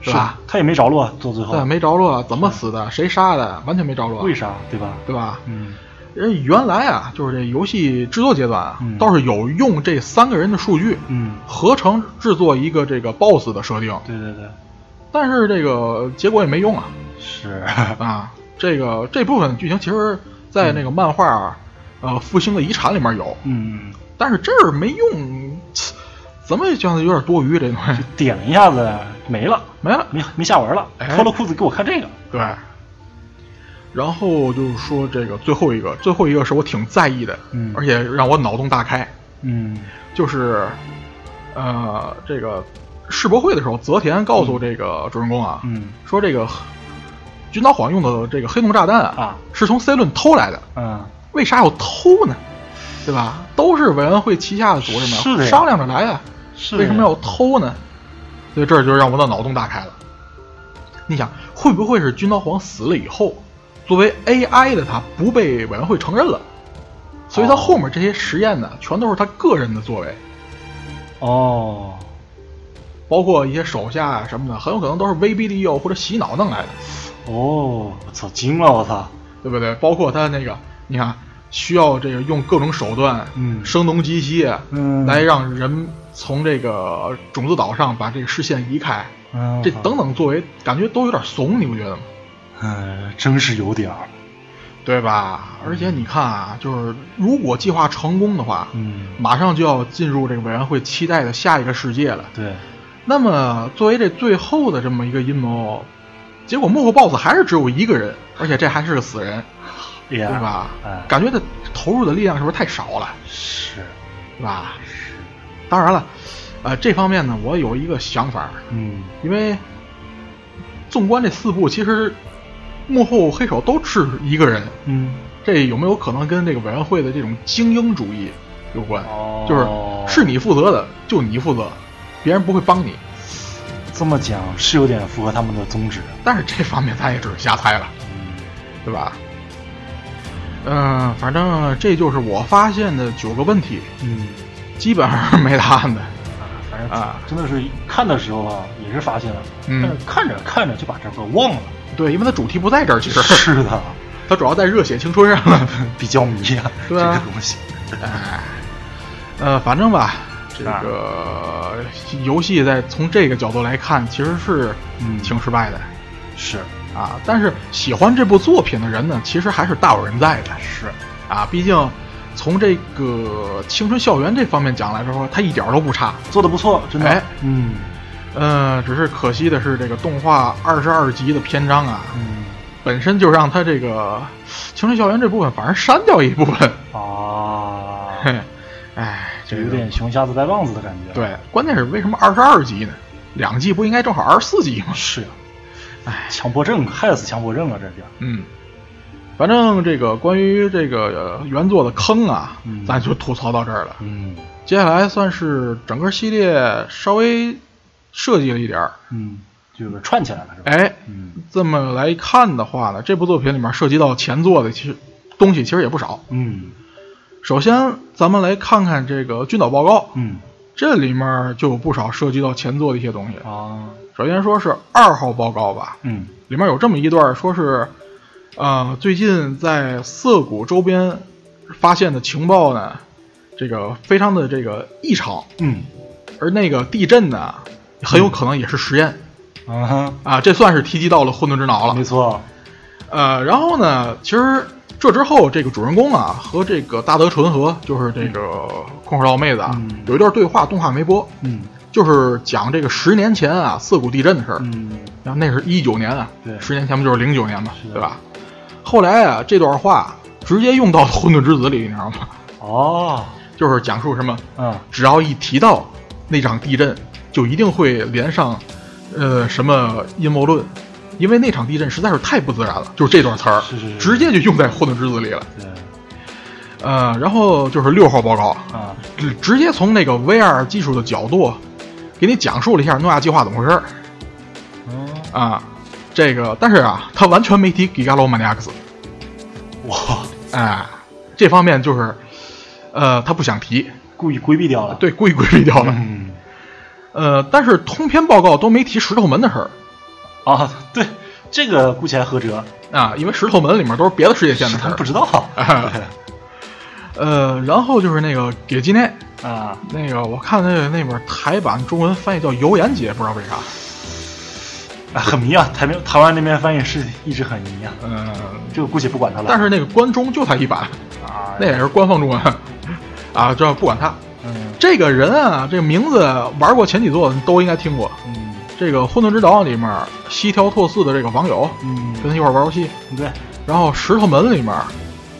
是吧？
他也没着落，做最后
对，没着落，怎么死的？谁杀的？完全没着落，
哦为啥，对吧？
对吧？
嗯
人原来啊，就是这游戏制作阶段啊，
嗯
倒是有用这三个人的数据
嗯，
合成制作一个这个 BOSS 的设定，
对对对，
但是这个结果也没用啊
是
啊！这个这部分剧情其实，在那个漫画啊、呃复兴的遗产里面有，
嗯，
但是这儿没用，呲怎么也觉得有点多余这东西
点了一下子没了，
没了。
没没下文了，
哎
脱了裤子给我看这个，
对，然后就是说这个最后一个，最后一个是我挺在意的，
嗯
而且让我脑洞大开，
嗯
就是呃这个世博会的时候，泽田告诉这个主人公啊，
嗯
说这个军岛晃用的这个黑洞炸弹啊，
啊
是从 C 论偷来的，
嗯，
为啥要偷呢？对吧？都是委员会旗下的组织
是
们
的呀
商量着来啊，
是
为什么要偷呢？所以这儿就让我的脑洞大开了。你想，会不会是军刀皇死了以后，作为 AI 的他不被委员会承认了，所以他
哦
后面这些实验呢，全都是他个人的作为，
哦，
包括一些手下啊什么的，很有可能都是威逼利诱或者洗脑弄来的，
哦，我操，惊了，我操，
对不对？包括他那个，你看，需要这个用各种手段，
嗯
声东击西，啊
嗯
来让人从这个种子岛上把这个视线移开，
嗯，
这等，等作为，感觉都有点怂，你不觉得吗？
嗯，真是有点儿，
对吧？
嗯
而且你看啊，就是如果计划成功的话，
嗯，
马上就要进入这个委员会期待的下一个世界了。
对，
那么作为这最后的这么一个阴谋，结果幕后 BOSS 还是只有一个人，而且这还是个死人，
对
对吧？
哎，
感觉他投入的力量是不是太少了，
是，
对吧？当然了，呃，这方面呢，我有一个想法，
嗯，
因为纵观这四部，其实幕后黑手都是一个人，
嗯，
这有没有可能跟这个委员会的这种精英主义有关？
哦
就是是你负责的，就你负责，别人不会帮你。
这么讲是有点符合他们的宗旨，
但是这方面咱也只是瞎猜了，
嗯
对吧？嗯、反正这就是我发现的九个问题，
嗯，
基本上是没答案的。
反正
啊
真的是看的时候啊，也是发现了，
嗯
但是看着看着就把这个忘了，
对，因为它主题不在这儿，其实
是的，
它主要在热血青春上了。
比较迷啊，
对啊
这个东西，
呃，反正吧，这个游戏在从这个角度来看，其实是
嗯
挺失败的、
是
啊。但是喜欢这部作品的人呢，其实还是大有人在的。
是，
啊，毕竟从这个青春校园这方面讲来说，它一点儿都不差。
做的不错，真
哎
的，嗯
呃，只是可惜的是，这个动画二十二集的篇章啊，
嗯
本身就让它这个青春校园这部分反而删掉一部分。
啊，
嘿，哎，这
就有
个
点熊瞎子带棒子的感觉，，
对，关键是为什么二十二集呢？两季不应该正好二十四集吗？
是呀，
哎，
强迫症，害死强迫症了，这叫，
嗯，反正这个关于这个呃原作的坑啊，
嗯
咱就吐槽到这儿了。
嗯
接下来算是整个系列稍微设计了一点儿，
嗯，就是串起来了是吧？
哎，
嗯
这么来看的话呢，这部作品里面涉及到前作的其实东西其实也不少。
嗯
首先，咱们来看看这个军岛报告，
嗯
这里面就有不少涉及到前作的一些东西。
啊，
首先说是二号报告吧，
嗯
里面有这么一段，说是，呃，最近在涩谷周边发现的情报呢，这个非常的这个异常，
嗯
而那个地震呢，很有可能也是实验、
啊哈，
啊，这算是提及到了混沌之脑
没
了。
错，
呃，然后呢，其实这之后，这个主人公啊和这个大德纯和，就是这个空手道妹子啊，
嗯
有一段对话，动画没播，
嗯
就是讲这个十年前啊涩谷地震的事儿。
嗯
然后那是一九年啊，
对
十年前不就是零九年嘛
是，的
对吧？后来啊，这段话直接用到了《混沌之子》里，你知道吗？
哦，
就是讲述什么，
嗯
只要一提到那场地震，就一定会连上，呃，什么阴谋论，因为那场地震实在是太不自然了，就是这段词儿
是是是
直接就用在《混沌之子》里了。
对
呃，然后就是六号报告，
啊
直直接从那个 VR 技术的角度，啊给你讲述了一下诺亚计划怎么回事儿。
嗯
啊，这个，但是啊，他完全没提 Gigalomaniacs，
哇，
哎，这方面就是，呃，他不想提，
故意规避掉了，，
对，故意规避掉了。
嗯
呃，但是通篇报告都没提石头门的事儿
啊对，这个姑且合辙，
啊，因为石头门里面都是别的世界线的事
咱
儿
不。知 道
啊
对
呃，然后就是那个给今天
啊，
那个，我看那个那本台版中文翻译叫油盐姐，不知道为啥。
啊很迷啊，台面台湾那边翻译是一直很迷啊，
嗯、
这个姑且不管它了，
但是那个关中就他一版，
啊
那也是官方中文 啊，这不管他。
嗯
这个人啊，这个名字玩过前几座都应该听过。
嗯
这个《混沌之岛》里面西条拓寺的这个网友
嗯
跟他一块儿玩游戏，
对，
然后《石头门》里面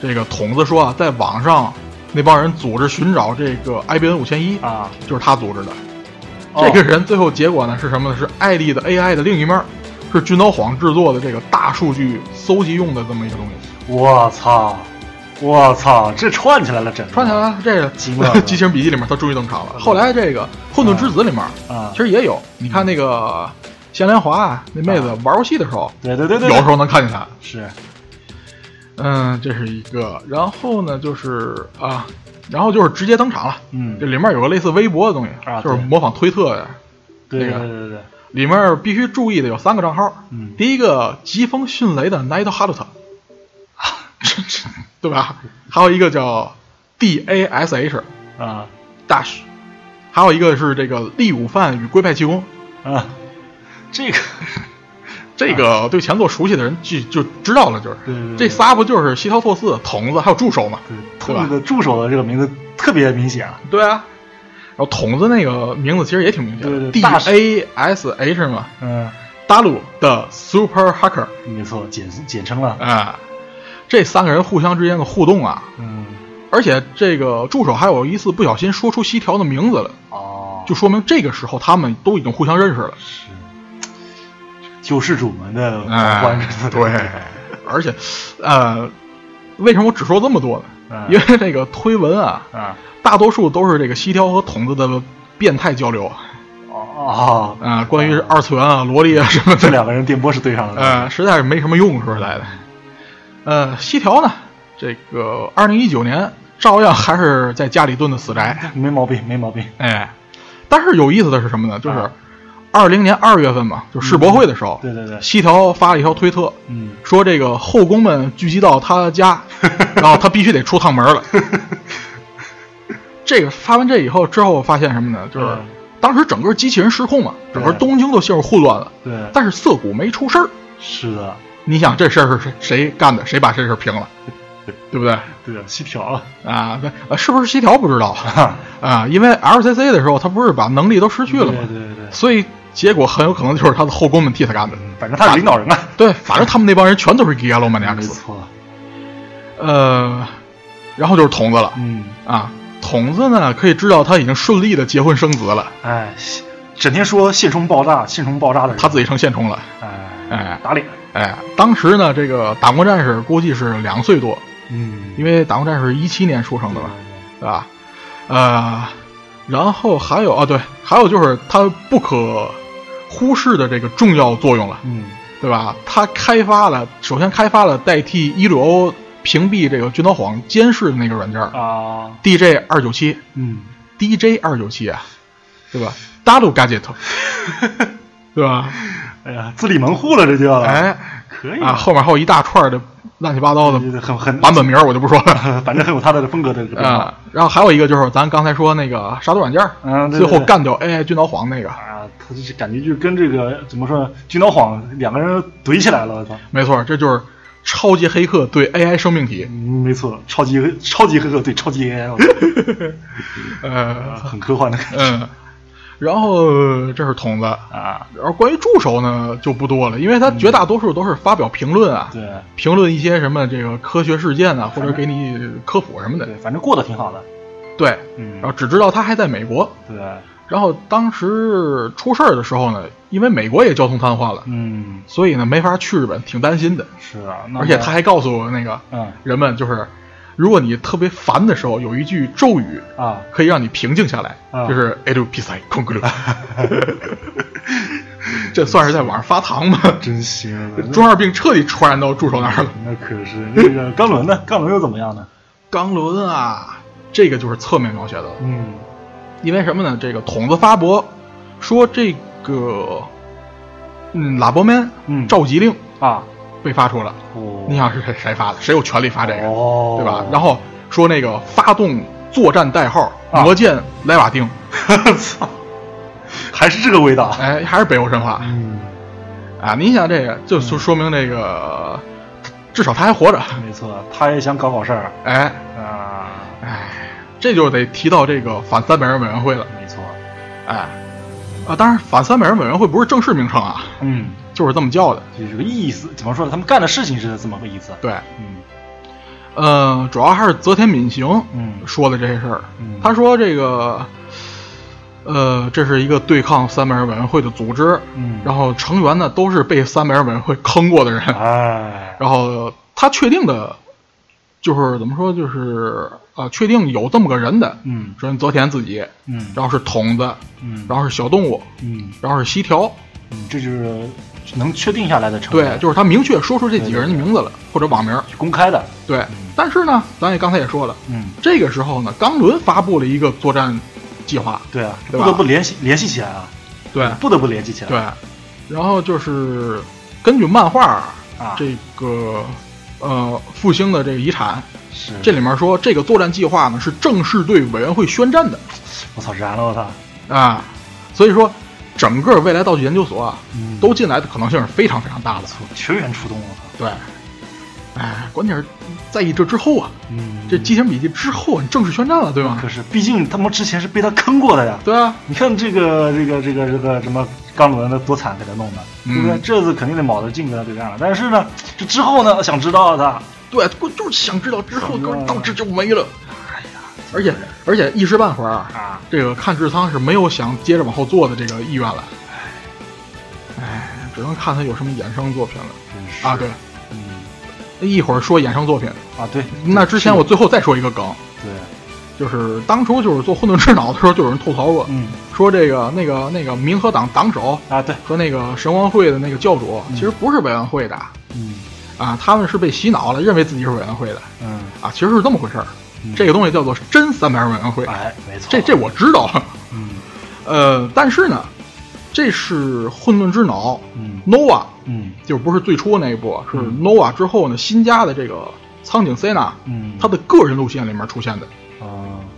这个筒子说啊，在网上那帮人组织寻找这个 IBN 五千一，
啊
就是他组织的。
哦
这个人最后结果呢是什么呢？是艾丽的 AI 的另一面，是俊岛晃制作的这个大数据搜集用的这么一个东西。
我操我操，这串起来了，整
串起来了，这个
奇怪了
《激情笔记》里面他终于登场了。后来这个《混沌之子》里面
啊
其，实也有，你看那个贤莲华嗯啊那妹子玩游戏的时候。
对对对对，
有时候能看见他。
是
嗯，这是一个。然后呢，就是啊，然后就是直接登场了。
嗯
这里面有个类似微博的东西，
啊
就是
对
模仿推特呀。
对对
那个
对对对，
里面必须注意的有三个账号，
嗯
第一个疾风迅雷的 Night h a r t 对吧？还有一个叫 D A S H
啊
Dash，还有一个是这个利午饭与龟派气功。
啊， 这个
这个对前作熟悉的人就就知道了，就是
啊对对对
这仨不就是西条拓寺、筒子还有助手嘛？对吧
兔子助手的这个名字特别明显啊，
对啊，然后筒子那个名字其实也挺明显的
对对大师
，D A S H 嘛，
嗯，
大陆的 Super Hacker
没错，简简称了，
啊、这三个人互相之间的互动啊，
嗯，
而且这个助手还有一次不小心说出西条的名字了，
哦，
就说明这个时候他们都已经互相认识了。
是救世主们的
哎
狂欢日子，
对，而且，呃，为什么我只说这么多呢？
嗯
因为这个推文啊，
啊，
大多数都是这个西条和筒子的变态交流啊、
哦 哦，
关于二次元啊、萝莉啊什么
这
的，
两个人电波是对上了的，
呃，实在是没什么用，说实在的。呃，西条呢，这个二零一九年照样还是在家里蹲的死宅，
没毛病，没毛病，
哎，但是有意思的是什么呢？就是
啊嗯
二零年二月份嘛，就世博会的时候，
对对对，
西条发了一条推特，
嗯，
说这个后宫们聚集到 他家，然后他必须得出趟门了。这个发完这以后之后，发现什么呢？就是
嗯
当时整个机器人失控嘛，整个
对
东京都陷入混乱了。
对，
但是涩谷没出事儿，
是的，
你想这事儿是谁谁干的？谁把这事儿 平了？对不对？
对，细条了，
啊，对呃是不是西条不知道
哈，
啊？因为 LCC 的时候，他不是把能力都失去了
对
吗？
对对，嗯
所以结果很有可能就是他的后宫们替他干的。
反正他是领导人啊，嗯
对，反正他们那帮人全都是 g i a l o m a n i a
没
c
错，
呃，然后就是筒子了
嗯，
啊。筒子呢，可以知道他已经顺利的结婚生子了，
哎，整天说线虫爆炸，线虫爆炸的人，
他自己成线虫了。
哎
哎
打脸，
哎，当时呢，这个打工战士估计是两岁多，
嗯，
因为打工战士一七年出生的嘛，对吧？呃，然后还有啊，对，还有就是它不可忽视的这个重要作用了，
嗯，
对吧？它开发了，首先开发了代替一六欧屏蔽这个军刀晃监视的那个软件儿
啊，
，DJ 二九七
嗯，
，DJ 二九七啊，对吧？大陆 gadget，对吧？
哎呀，自立门户了，这就
哎
啊可以
啊，后面还有一大串的乱七八糟的
很很
版本名儿，我就不说了。
反正很有他的风格的这个变化
啊、然后还有一个就是咱刚才说那个杀毒软件儿，
嗯对
最
对
后
对
干掉 AI 军刀皇那个，
啊，他就是感觉就跟这个怎么说，军刀晃两个人怼起来了，我操！
没错，这就是超级黑客对 AI 生命体，
嗯，没错，超级超级黑客对超级 AI，我操啊
呃，
很科幻的感觉
嗯，然后这是筒子，
啊，
然后关于助手呢就不多了，因为他绝大多数都是发表评论啊，
对
评论一些什么这个科学事件啊，或者给你科普什么的
对，，反正过得挺好的，
对，
嗯
然，后只知道他还在美国，
对，
然后当时出事儿的时候呢，因为美国也交通瘫痪了。
嗯，
所以呢，没法去日本，挺担心的。
是啊，那
而且
么
他还告诉我那个
嗯
人们，就是如果你特别烦的时候，有一句咒语
啊，
可以让你平静下来，
啊
就是 “elu p i s a i k o n g l 这算是在网上发 糖吗？
真行啊，
中二病彻底传染到助手那儿了。
那可是那 个钢轮呢？钢轮又怎么样呢？
钢轮啊，这个就是侧面描写的了，
嗯
因为什么呢？这个筒子发博说这个，嗯，拉伯曼
嗯
召集令
啊，
被发出了，
哦，
你想是谁谁发的？谁有权利发这个？
哦，
对吧？然后说那个发动作战代号
啊
魔剑莱瓦丁，
后 操，还是这个味 道，
哎，还是北欧神话
嗯，
啊！你想这个，就就说明这个至少他还活着，
没错，他也想搞搞事儿
哎
啊，
哎，这就得提到这个反三美人委员会了，
没错，
哎啊，当然反三美人委员会不是正式名称啊，
嗯，
就是这么叫的。
就是这个意思，怎么说呢？他们干的事情是这么个意思，
对，
嗯
呃，主要还是泽田敏行
嗯
说的这事儿
嗯，
他说这个。呃，这是一个对抗三美人委员会的组织，
嗯，
然后成员呢都是被三美尔委员会坑过的人，
哎，
然后他确定的，就是怎么说，就是呃，确定有这么个人的，
嗯
首先泽田自己，
嗯，
然后是筒子，
嗯，
然后是小动物，
嗯
然后是西条，
嗯，这就是能确定下来的成
对，
员，
就是他明确说出这几个人的名字了，或者网名，
公开的，
对。但是呢，咱也刚才也说了，
嗯，
这个时候呢，冈伦发布了一个作战计划，
对啊，
对
不
吧
得不联系联系起来啊，
对
不得不联系起来，
对，然后就是根据漫画
啊，
这个呃复兴的这个遗产。
是
这里面说这个作战计划呢是正式对委员会宣战的
我操燃了我操，
啊，所以说整个未来道具研究所啊
嗯
都进来的可能性是非常非常大的。
全员出动我操，
对，哎，关键是在意这之后啊，
嗯，
这《激情笔记》之后你正式宣战了，对吗
可？是毕竟他们之前是被他坑过的呀，
对啊，
你看这个这个这个这个什么钢轮的多惨，给他弄的，
嗯
对不对？这次肯定得卯着劲给啊他对战了。但是呢，这之后呢，想知道啊的，
对，我就是想知道啊之后
嗯
就是到这就没了。哎呀，而且而且一时半会儿啊，
啊，
这个看志仓是没有想接着往后做的这个意愿了。哎，只能看他有什么衍生作品了
真是
啊！对，，
嗯，
一会儿说衍生作品，
啊对，
那之前我最后再说一个梗，
对，
就是当初就是做混沌之脑的时候，就有人吐槽过，
嗯
说这个那个那个民和党党首
啊对，
和那个神王会的那个教主，
嗯
其实不是委员会的
嗯
啊，他们是被洗脑了，认为自己是委员会的
嗯，
啊，其实是这么回事儿。
嗯
这个东西叫做真三百人委员会，
哎没错，
这这我知道。
嗯
呃，但是呢，这是混沌之脑
嗯
Nova，
嗯
就不是最初那一部，啊是
嗯
Nova 之后呢新加的这个苍井 Cena，
嗯，
他的个人路线里面出现的。
啊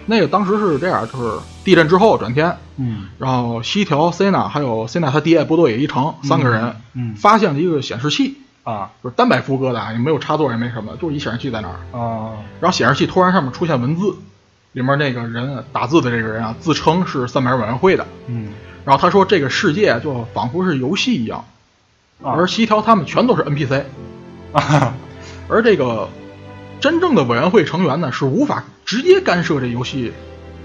那个当时是这样，就是地震之后转天，
嗯
然后西条 C 呢，还有 C 呢他爹波多野一成三个人，
嗯
发现了一个显示器，
啊
就是单摆副歌的，啊，也没有插座，也没什么，就是一显示器在那儿。
啊
然后显示器突然上面出现文字，里面那个人打字的这个人啊，自称是三百人委员会的，
嗯
然后他说这个世界就仿佛是游戏一样，
啊
而西条他们全都是 NPC，
啊
而这个真正的委员会成员呢是无法直接干涉这游戏，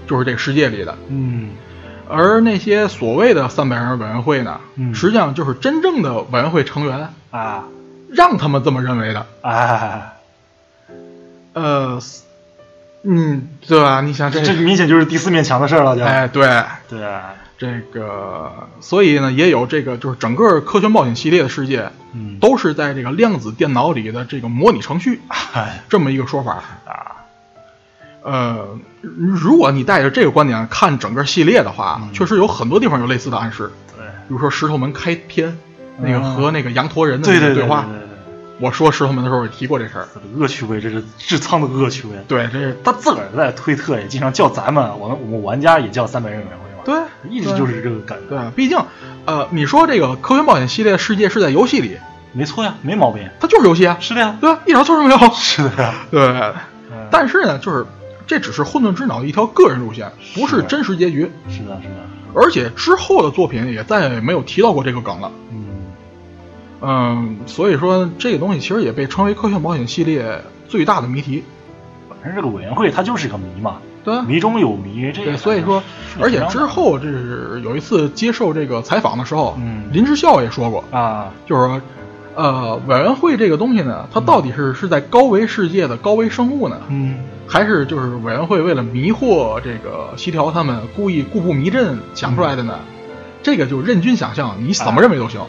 就是这个世界里的。
嗯
而那些所谓的三百人委员会呢，
嗯
实际上就是真正的委员会成员
啊
让他们这么认为的。
哎，
呃，嗯，对吧？你想这，
这明显就是第四面墙的事儿了，就
哎，对，
对，
这个，所以呢，也有这个，就是整个科学冒险系列的世界，
嗯
都是在这个量子电脑里的这个模拟程序
哎
这么一个说法。
啊
呃，如果你带着这个观点看整个系列的话，
嗯
确实有很多地方有类似的暗示，比如说石头门开篇那个和那个羊驼人的
嗯对
那
对
个
对
话，
对对对
我说石头门的时候也提过这事儿。
这个恶趣味，这是智仓的恶趣味。
对，这是
他自个儿在推特也经常叫咱们，我们我们玩家也叫三百人委员会嘛，
对，
一直就是这个感觉，
对啊，毕竟，呃，你说这个科幻冒险系列的世界是在游戏里，
没错呀，没毛病，
它就是游戏啊，
是的呀，
对啊，一点错没有。
是的呀，
对，
嗯
但是呢，就是这只是混沌之脑的一条个人路线，不
是的
是真实结局，
是的，是的，
而且之后的作品也再也没有提到过这个梗了。
嗯，
嗯，所以说这个东西其实也被称为科幻冒险系列最大的谜题。
反正这个委员会它就是个谜嘛，
对啊，
谜中有谜，这
对，
个
所以说，
是
而
非
且
常
之后这是有一次接受这个采访的时候，
嗯
林之孝也说过，
啊，
就是说，呃，委员会这个东西呢，它到底是是在高维世界的高维生物呢，
嗯，
还是就是委员会为了迷惑这个西条他们故意故布迷阵想出来的呢？
嗯
这个就任君想象，你怎么认为都行。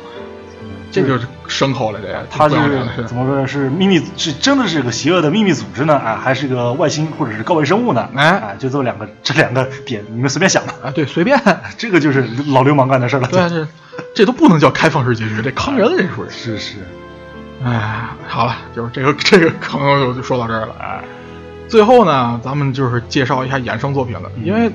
这就是牲口了，这个
哎它就
不要脸了
是怎么说是秘密，是真的是个邪恶的秘密组织呢，啊，还是个外星或者是高维生物呢？
哎
啊，就这么两个这两个点，你们随便想吧，
啊，对，随便，
这个就是老流氓干的事儿了，
对，啊这这都不能叫开放式结局，
哎
这坑人了，这属于。
是是，
哎，好了，就是这个 这个坑我就说到这儿了。
哎，
最后呢，咱们就是介绍一下衍生作品了，
嗯
因为，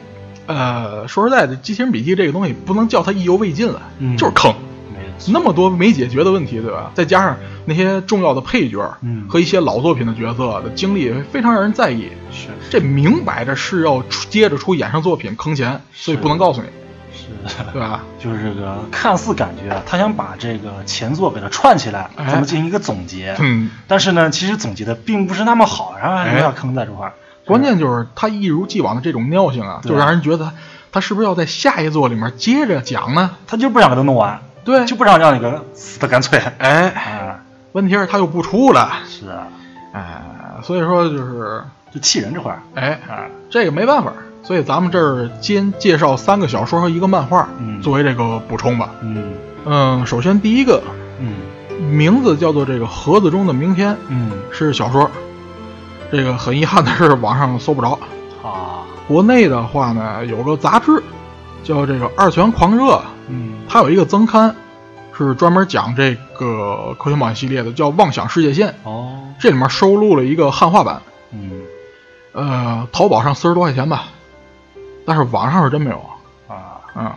呃，说实在的，《机器人笔记》这个东西不能叫它意犹未尽了，
嗯
就是坑，
没人
那么多没解决的问题，对吧？再加上那些重要的配角，
嗯
和一些老作品的角色的经历非常让人在意，
是
这明摆着是要出接着出衍生作品坑钱，所以不能告诉你，
是，
对吧？嗯
就是这个看似感觉啊，他想把这个前作给它串起来，
哎
咱们进行一个总结。
嗯，哎
但是呢，其实总结的并不是那么好，然后还有点坑在这块儿。
关键就是他一如既往的这种尿性啊，
对
就让人觉得他是不是要在下一座里面接着讲呢？
他就不想给它弄完，
对，
就不想让你给它死的干脆。
哎，
啊，
问题是他又不出了。
是啊，
哎，所以说就是，
就气人这块儿
哎，
啊，
这个没办法，所以咱们这儿先介绍三个小说和一个漫画，
嗯
作为这个补充吧。
嗯
嗯，首先第一个
嗯
名字叫做这个盒子中的明天，
嗯
是小说。这个很遗憾的是，网上搜不着。
啊，
国内的话呢，有个杂志叫这个《二泉狂热》，
嗯
它有一个增刊，是专门讲这个科学冒险系列的，叫《妄想世界线》。
哦，
这里面收录了一个汉化版，
嗯
呃，淘宝上四十多块钱吧，但是网上是真没有啊。
啊，
嗯，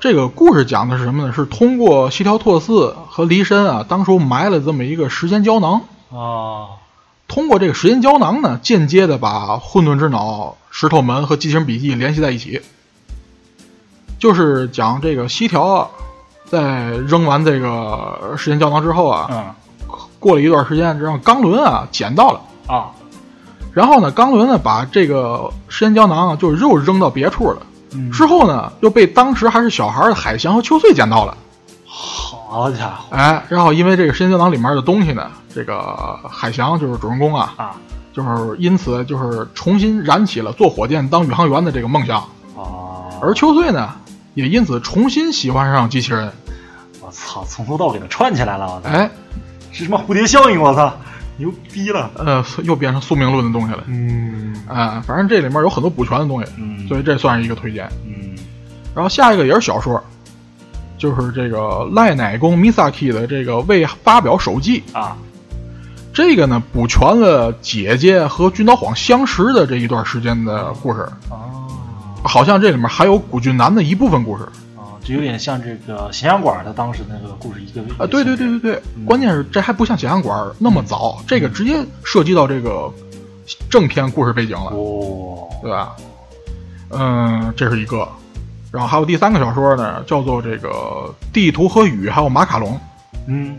这个故事讲的是什么呢？是通过西条拓四和离身啊，当初埋了这么一个时间胶囊，
哦，
通过这个时间胶囊呢，间接的把混沌之脑、石头门和机器人笔记联系在一起。就是讲这个西条啊，在扔完这个时间胶囊之后啊，
嗯
过了一段时间，让钢轮啊捡到了。
啊，
然后呢，钢轮呢把这个时间胶囊啊，就是又扔到别处了。
嗯
之后呢，又被当时还是小孩儿的海翔和秋穗捡到了。
好家伙
哎，然后因为这个时间胶囊里面的东西呢，这个海翔就是主人公啊，
啊，
就是因此就是重新燃起了做火箭当宇航员的这个梦想。
哦，
而秋穗呢，也因此重新喜欢上机器人。
我操，从头到尾给它串起来了，我操。
哎，
是什么蝴蝶效应？我操，牛逼了！
呃，又变成宿命论的东西了。
嗯
啊、反正这里面有很多补全的东西，
嗯
所以这算是一个推荐。
嗯
然后下一个也是小说，就是这个赖乃宫 Misaki 的这个未发表手记。
啊
这个呢，补全了姐姐和君岛晃相识的这一段时间的故事，
哦
好像这里面还有古俊男的一部分故事
哦，这有点像这个咸阳馆他当时那个故事一个
啊。对对对对对，
嗯
关键是这还不像《显像馆》那么早，这个直接涉及到这个正片故事背景了，
哦
对吧？嗯，这是一个。然后还有第三个小说呢，叫做这个《地图和雨》，还有《马卡龙》。
嗯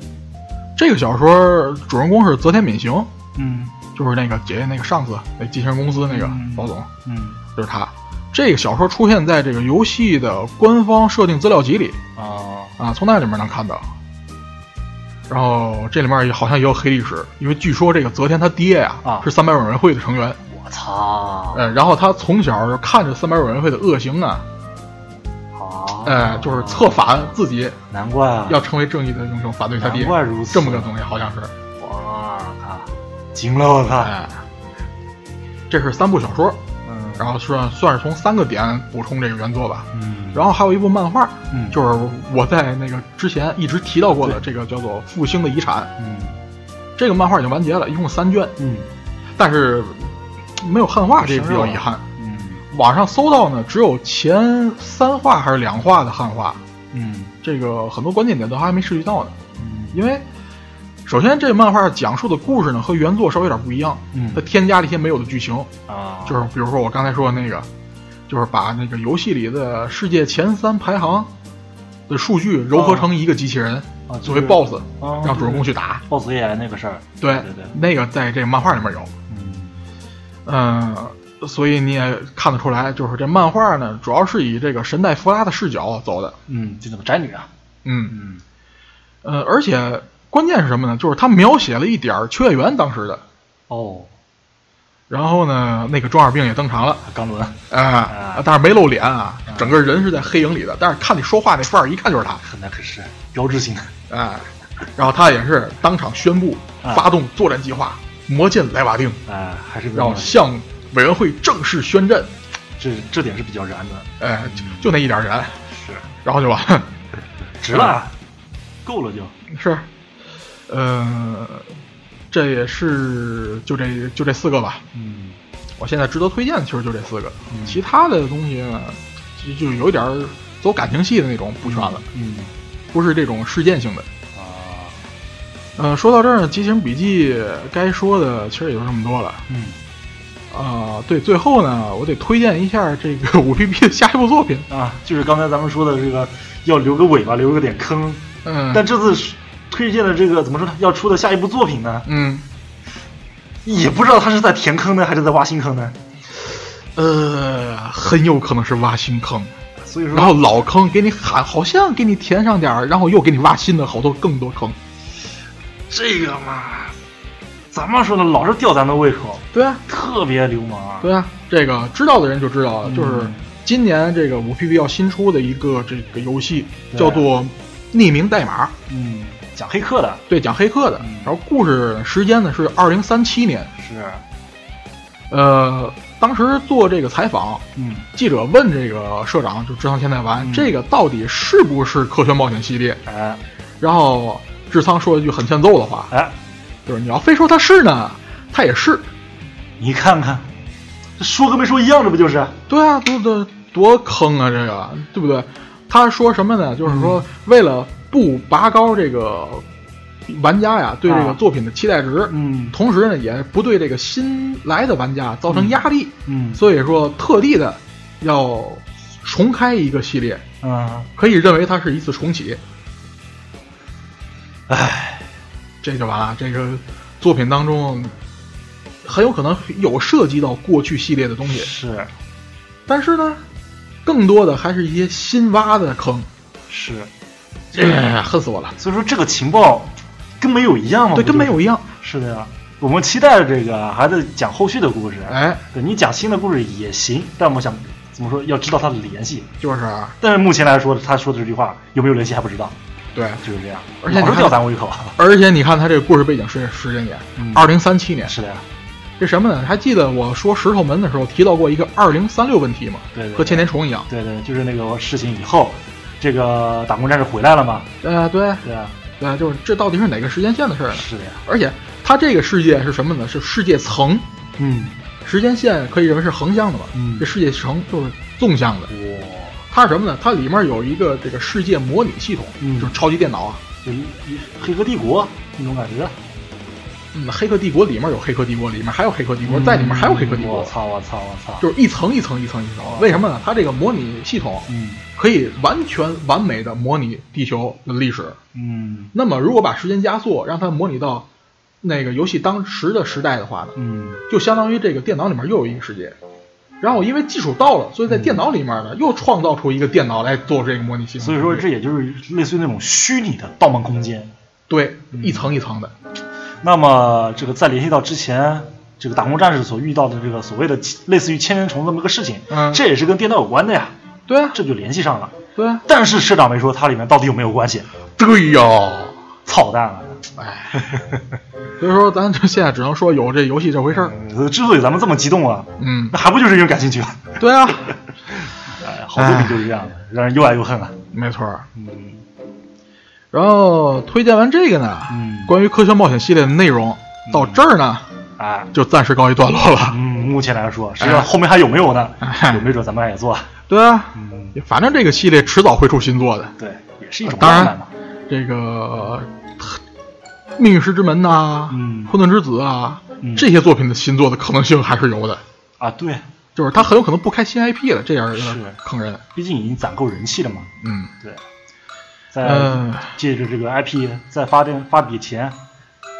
这个小说主人公是泽田敏行，
嗯
就是那个姐姐那个上司，那机器人公司那个
嗯
老总，
嗯
就是他。这个小说出现在这个游戏的官方设定资料集里
啊
啊，从那里面能看到。然后这里面也好像也有黑历史，因为据说这个泽田他爹呀、
啊
是三百委员会的成员，
我操
呃，然后他从小就看着三百委员会的恶行啊，
啊
呃，就是策反自己
难怪啊
要成为正义的英雄，反对他爹
难，怪如此啊
这么个东西好像是。
我靠，惊了我操
哎，这是三部小说，
嗯，
然后算算是从三个点补充这个原作吧。
嗯，
然后还有一部漫画，
嗯
就是我在那个之前一直提到过的这个叫做《复兴的遗产》，
嗯
这个漫画已经完结了，一共三卷，
嗯
但是没有汉化，这个比较遗憾。
嗯
网上搜到呢，只有前三话还是两话的汉化，
嗯
这个很多关键点都还没涉及到呢。
嗯
因为首先这漫画讲述的故事呢和原作稍微有点不一样，
嗯
它添加了一些没有的剧情，
啊，
就是比如说我刚才说的那个，就是把那个游戏里的世界前三排行的数据糅合成一个机器人、
啊就是
作为 BOSS，、
啊
让主人公去打。
暴子爷那个事儿，
对
对对
那个在这个漫画里面有，
嗯
嗯、所以你也看得出来，就是这漫画呢，主要是以这个神代弗拉的视角走的，
嗯，就怎么宅女啊，
嗯，
嗯
呃，而且关键是什么呢？就是他描写了一点儿秋叶原当时的，
哦，
然后呢，那个中二病也登场了，
钢轮，
啊、但是没露脸啊，整个人是在黑影里的，但是看你说话那范儿，一看就是他，
很难可是标志性的，
哎、然后他也是当场宣布
啊
发动作战计划，魔剑莱瓦定，
哎，还是比较
要向委员会正式宣战，
这这点是比较燃的，
哎、就
嗯
就那一点燃，
是
然后就完了，
值了，啊
嗯
够了就，
是，呃，这也是就这就这四个吧，
嗯
我现在值得推荐的其实就这四个，
嗯
其他的东西呢，就就有一点儿走感情戏的那种不全了，
嗯
不是这种事件性的。
啊，
呃，说到这儿呢，《激情笔记》该说的其实也就这么多了。
嗯
啊、对，最后呢，我得推荐一下这个 五 P P 的下一部作品。
啊，就是刚才咱们说的这个要留个尾巴，留个点坑，
嗯，
但这次是推荐的这个怎么说呢？要出的下一部作品呢，
嗯，
也不知道他是在填坑呢，还是在挖新坑呢。
呃，很有可能是挖新坑，
所以
然
说，
后老坑给你喊，好像给你填上点儿，然后又给你挖新的好多更多坑。
这个嘛，咱们说的老是吊咱的胃口，
对啊，
特别流氓啊。
对啊，这个知道的人就知道了，
嗯
就是今年这个五 P P 要新出的一个这个游戏，
对
叫做《匿名代码》，
嗯，讲黑客的
对，讲黑客的
嗯。
然后故事时间呢是二零三七年，
是，
呃，当时做这个采访，
嗯
记者问这个社长，就志仓千代丸，
嗯
这个到底是不是科学冒险系列？
哎
然后志仓说了一句很欠揍的话，
哎，
就是你要非说它是呢，它也是。
你看看，这说跟没说一样，这不就是？
对啊，多多多坑啊，这个对不对？他说什么呢？就是
嗯
说，为了不拔高这个玩家呀对这个
啊
作品的期待值，
嗯
同时呢也不对这个新来的玩家造成压力，
嗯
所以说特地的要重开一个系列，
嗯，
可以认为它是一次重启。
哎，
这就完了。这个作品当中很有可能有涉及到过去系列的东西，
是
但是呢，更多的还是一些新挖的坑。
是，
哎，恨死我了！
所以说这个情报跟没有一样吗？
对，
不就
跟没有一样。
是的呀。我们期待这个，还得讲后续的故事。
哎，
对你讲新的故事也行，但我想怎么说，要知道它的联系。
就是啊，
但是目前来说，他说的这句话有没有联系还不知道，
对，
就是这样。
而且
老
你
是
看
吊咱胃口。
而且你看他这个故事背景是时间点
嗯，
二零三七年。
是的呀，
这什么呢？还记得我说石头门的时候提到过一个二零三六问题吗？
对对对
和千年虫一样。
对对，就是那个事情以后，这个打工战士回来了嘛？
呃，对，
对啊，
对，就是这到底是哪个时间线的事儿呢？
是的呀。
而且它这个世界是什么呢？是世界层，
嗯，
时间线可以认为是横向的吧？
嗯
这世界层就是纵向的。
哇，
它是什么呢？它里面有一个这个世界模拟系统，
嗯
就是超级电脑啊。
就一一黑客帝国那种感觉。
嗯，《黑客帝国》里面有《黑客帝国》，里面还有《黑客帝国》，在里面还有《黑客帝
嗯
国
我》操！我操！我操！
就是一层一层一层一层。为什么呢？它这个模拟系统
嗯
可以完全完美的模拟地球的历史。
嗯
那么，如果把时间加速，让它模拟到那个游戏当时的时代的话呢，
嗯
就相当于这个电脑里面又有一个世界。然后因为技术到了，所以在电脑里面呢，又创造出一个电脑来做这个模拟系统。
嗯所以说这也就是类似于那种虚拟的《盗梦空间》。
对一层一层的，
那么这个再联系到之前这个打工战士所遇到的这个所谓的类似于千年虫这么个事情，
嗯
这也是跟电脑有关的呀，
对啊，
这就联系上了。
对啊，
但是社长没说它里面到底有没有关系，
对呀，
操蛋了！
哎，所以说咱这现在只能说有这游戏这回事儿。
呃之所以咱们这么激动啊，
嗯，
那还不就是因为感兴趣吗？
对啊，
哎，好作品就是这样的，让人又爱又恨啊。
没错儿。
嗯
然后推荐完这个呢，
嗯，
关于科学冒险系列的内容到这儿呢，
啊，
就暂时告一段落了。
嗯，目前来说，实际上后面还有没有呢？
哎
有没准咱们也做。
对啊，
嗯，
反正这个系列迟早会出新作的。
对，也是一种
当然
浪漫嘛。
这个呃《命运石之门》呐，
嗯
混沌之子》啊，
嗯
这些作品的新作的可能性还是有的。
啊，对，
就是他很有可能不开新 IP 了，这样有点
是
坑人。
毕竟已经攒够人气了嘛。
嗯，
对，在
嗯
借着这个 IP 再发点发笔钱，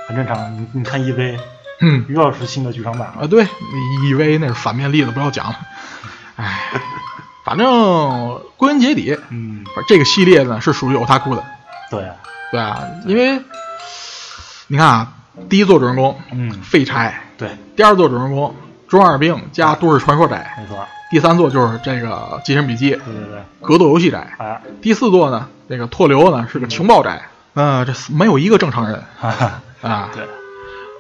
很正常。你你看 E EV
嗯
又要出新的剧场版
啊，
了，
对，以为那是反面例子，不要讲了。哎，反正归根结底，
嗯，
这个系列呢是属于 otaku 的，
对啊，
对啊，因为你看啊，第一座主人公
嗯，
废柴，
对，
第二座主人公中二病加都市传说宅，
没错，
第三座就是这个《寄生笔记》
对对对，
格斗游戏宅，
哎，
第四座呢，这个拓流呢是个情报宅，呃，这没有一个正常人
哈哈，
啊，
对，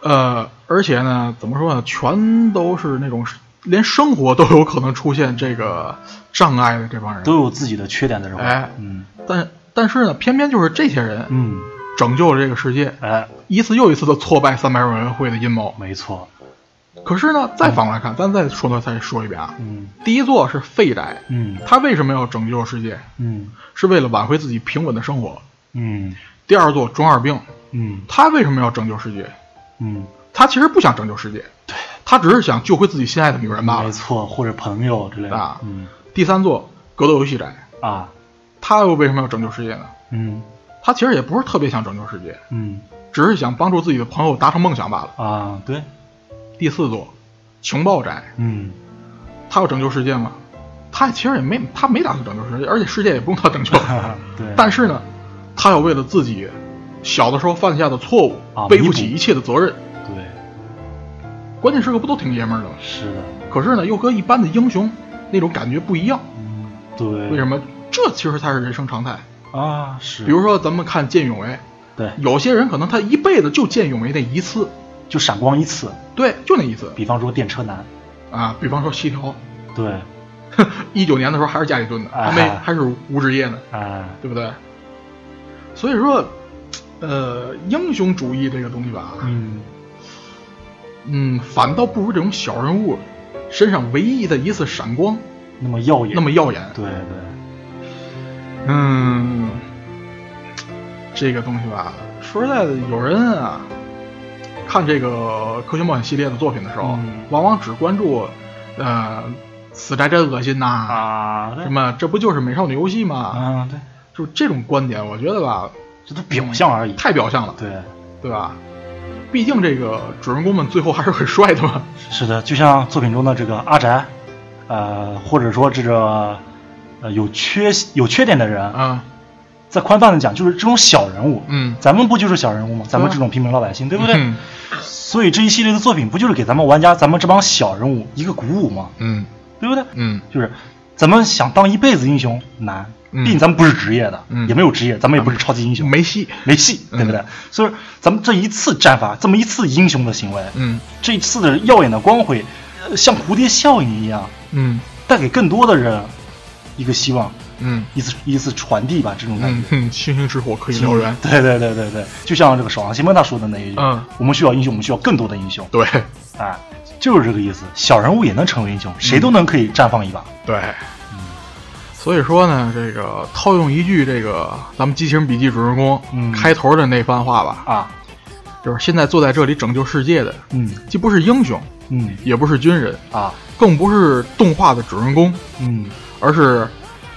呃，而且呢，怎么说呢，全都是那种连生活都有可能出现这个障碍的这帮人。
都有自己的缺点在这块
哎
儿，嗯
但但是呢，偏偏就是这些人
嗯，
拯救了这个世界，
哎，
一次又一次的挫败三百委员会的阴谋。
没错，
可是呢，再反过来看，咱再说呢，再说一遍啊，
嗯
第一座是废宅，
嗯
他为什么要拯救世界？
嗯
是为了挽回自己平稳的生活。
嗯
第二座中二病，
嗯
他为什么要拯救世界？
嗯，
他其实不想拯救世界，对他只是想救回自己心爱的女人罢
没
了。
错，或者朋友之类
啊
的，嗯
第三座格斗游戏宅，
啊，
他又为什么要拯救世界呢？
嗯
他其实也不是特别想拯救世界，
嗯
只是想帮助自己的朋友达成梦想罢了。
啊，对，
第四座，情报宅，
嗯
他要拯救世界吗？他其实也没，他没打算拯救世界，而且世界也不用他拯救。
哈哈，对，
但是呢，他要为了自己小的时候犯下的错误，
啊
背
弥
负
补
起一切的责任。
对，
关键时刻不都挺爷们儿的吗？
是的，
可是呢，又和一般的英雄那种感觉不一样。
嗯，对，
为什么？这其实才是人生常态。
啊？是，
比如说，咱们看见义勇为，
对，
有些人可能他一辈子就见义勇为那一次，
就闪光一次，
对，就那一次
比方说电车男，
啊。比方说西条，
对，
一九年的时候还是家里蹲的，还没
啊
还是无职业呢，
啊，
对不对？所以说，呃，英雄主义这个东西吧，
嗯，
嗯，反倒不如这种小人物身上唯一的一次闪光
那么耀眼，
那么耀眼。
对对，
嗯，这个东西吧，说实在的，有人啊，看这个科学冒险系列的作品的时候，
嗯
往往只关注，呃，死宅真恶心呐、
啊，对
什么这不就是美少女游戏吗？
啊，对，
就这种观点，我觉得吧，
这都表象而已，
嗯太表象了，
对，
对吧？毕竟这个主人公们最后还是很帅的嘛。
是的，就像作品中的这个阿宅，呃，或者说这个呃有缺有缺点的人，
啊，
再宽泛的讲，就是这种小人物，
嗯
咱们不就是小人物吗？咱们
对啊
这种平民老百姓，对不对？
嗯
所以这一系列的作品不就是给咱们玩家、咱们这帮小人物一个鼓舞吗？
嗯
对不对？
嗯，
就是咱们想当一辈子英雄难，
嗯
毕竟咱们不是职业的，
嗯
也没有职业，咱们也不是超级英雄，
没戏。
没戏，
嗯
对不对？所以咱们这一次战法，这么一次英雄的行为，
嗯
这一次的耀眼的光辉，呃像蝴蝶效应一样，
嗯
带给更多的人一个希望，
嗯
一次一次传递吧，这种感
嗯
觉。
嗯， 星星之火可以燎原。
对对对对对，就像这个守望先锋他说的那一句，
嗯
我们需要英雄，我们需要更多的英雄，
对
哎，就是这个意思。小人物也能成为英雄，谁都能可以绽放一把。
对，所以说呢，这个套用一句这个咱们《激情笔记》主人公、
嗯
开头的那番话吧，
啊，
就是现在坐在这里拯救世界的，
嗯
既不是英雄，
嗯
也不是军人，
啊
更不是动画的主人公，
嗯
而是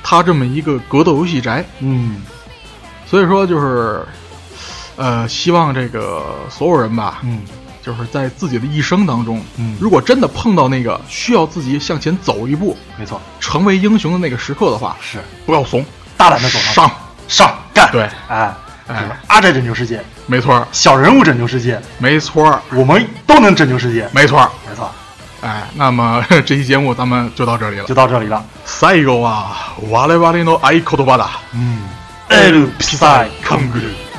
他这么一个格斗游戏宅。
嗯
所以说就是，呃，希望这个所有人吧，
嗯
就是在自己的一生当中，
嗯
如果真的碰到那个需要自己向前走一步、
没错，
成为英雄的那个时刻的话，
是
不要怂，
大胆的走上
上，
上干。
对
哎，就
哎
是阿宅拯救世界，
没错儿，
小人物拯救世界，
没错儿，
我们都能拯救世界。
没错儿。
没错，
哎，那么 这期节目咱们就到这里了
就。啊到这里了。
最後は我々の合言葉だ。
嗯，L P 赛 c o n g r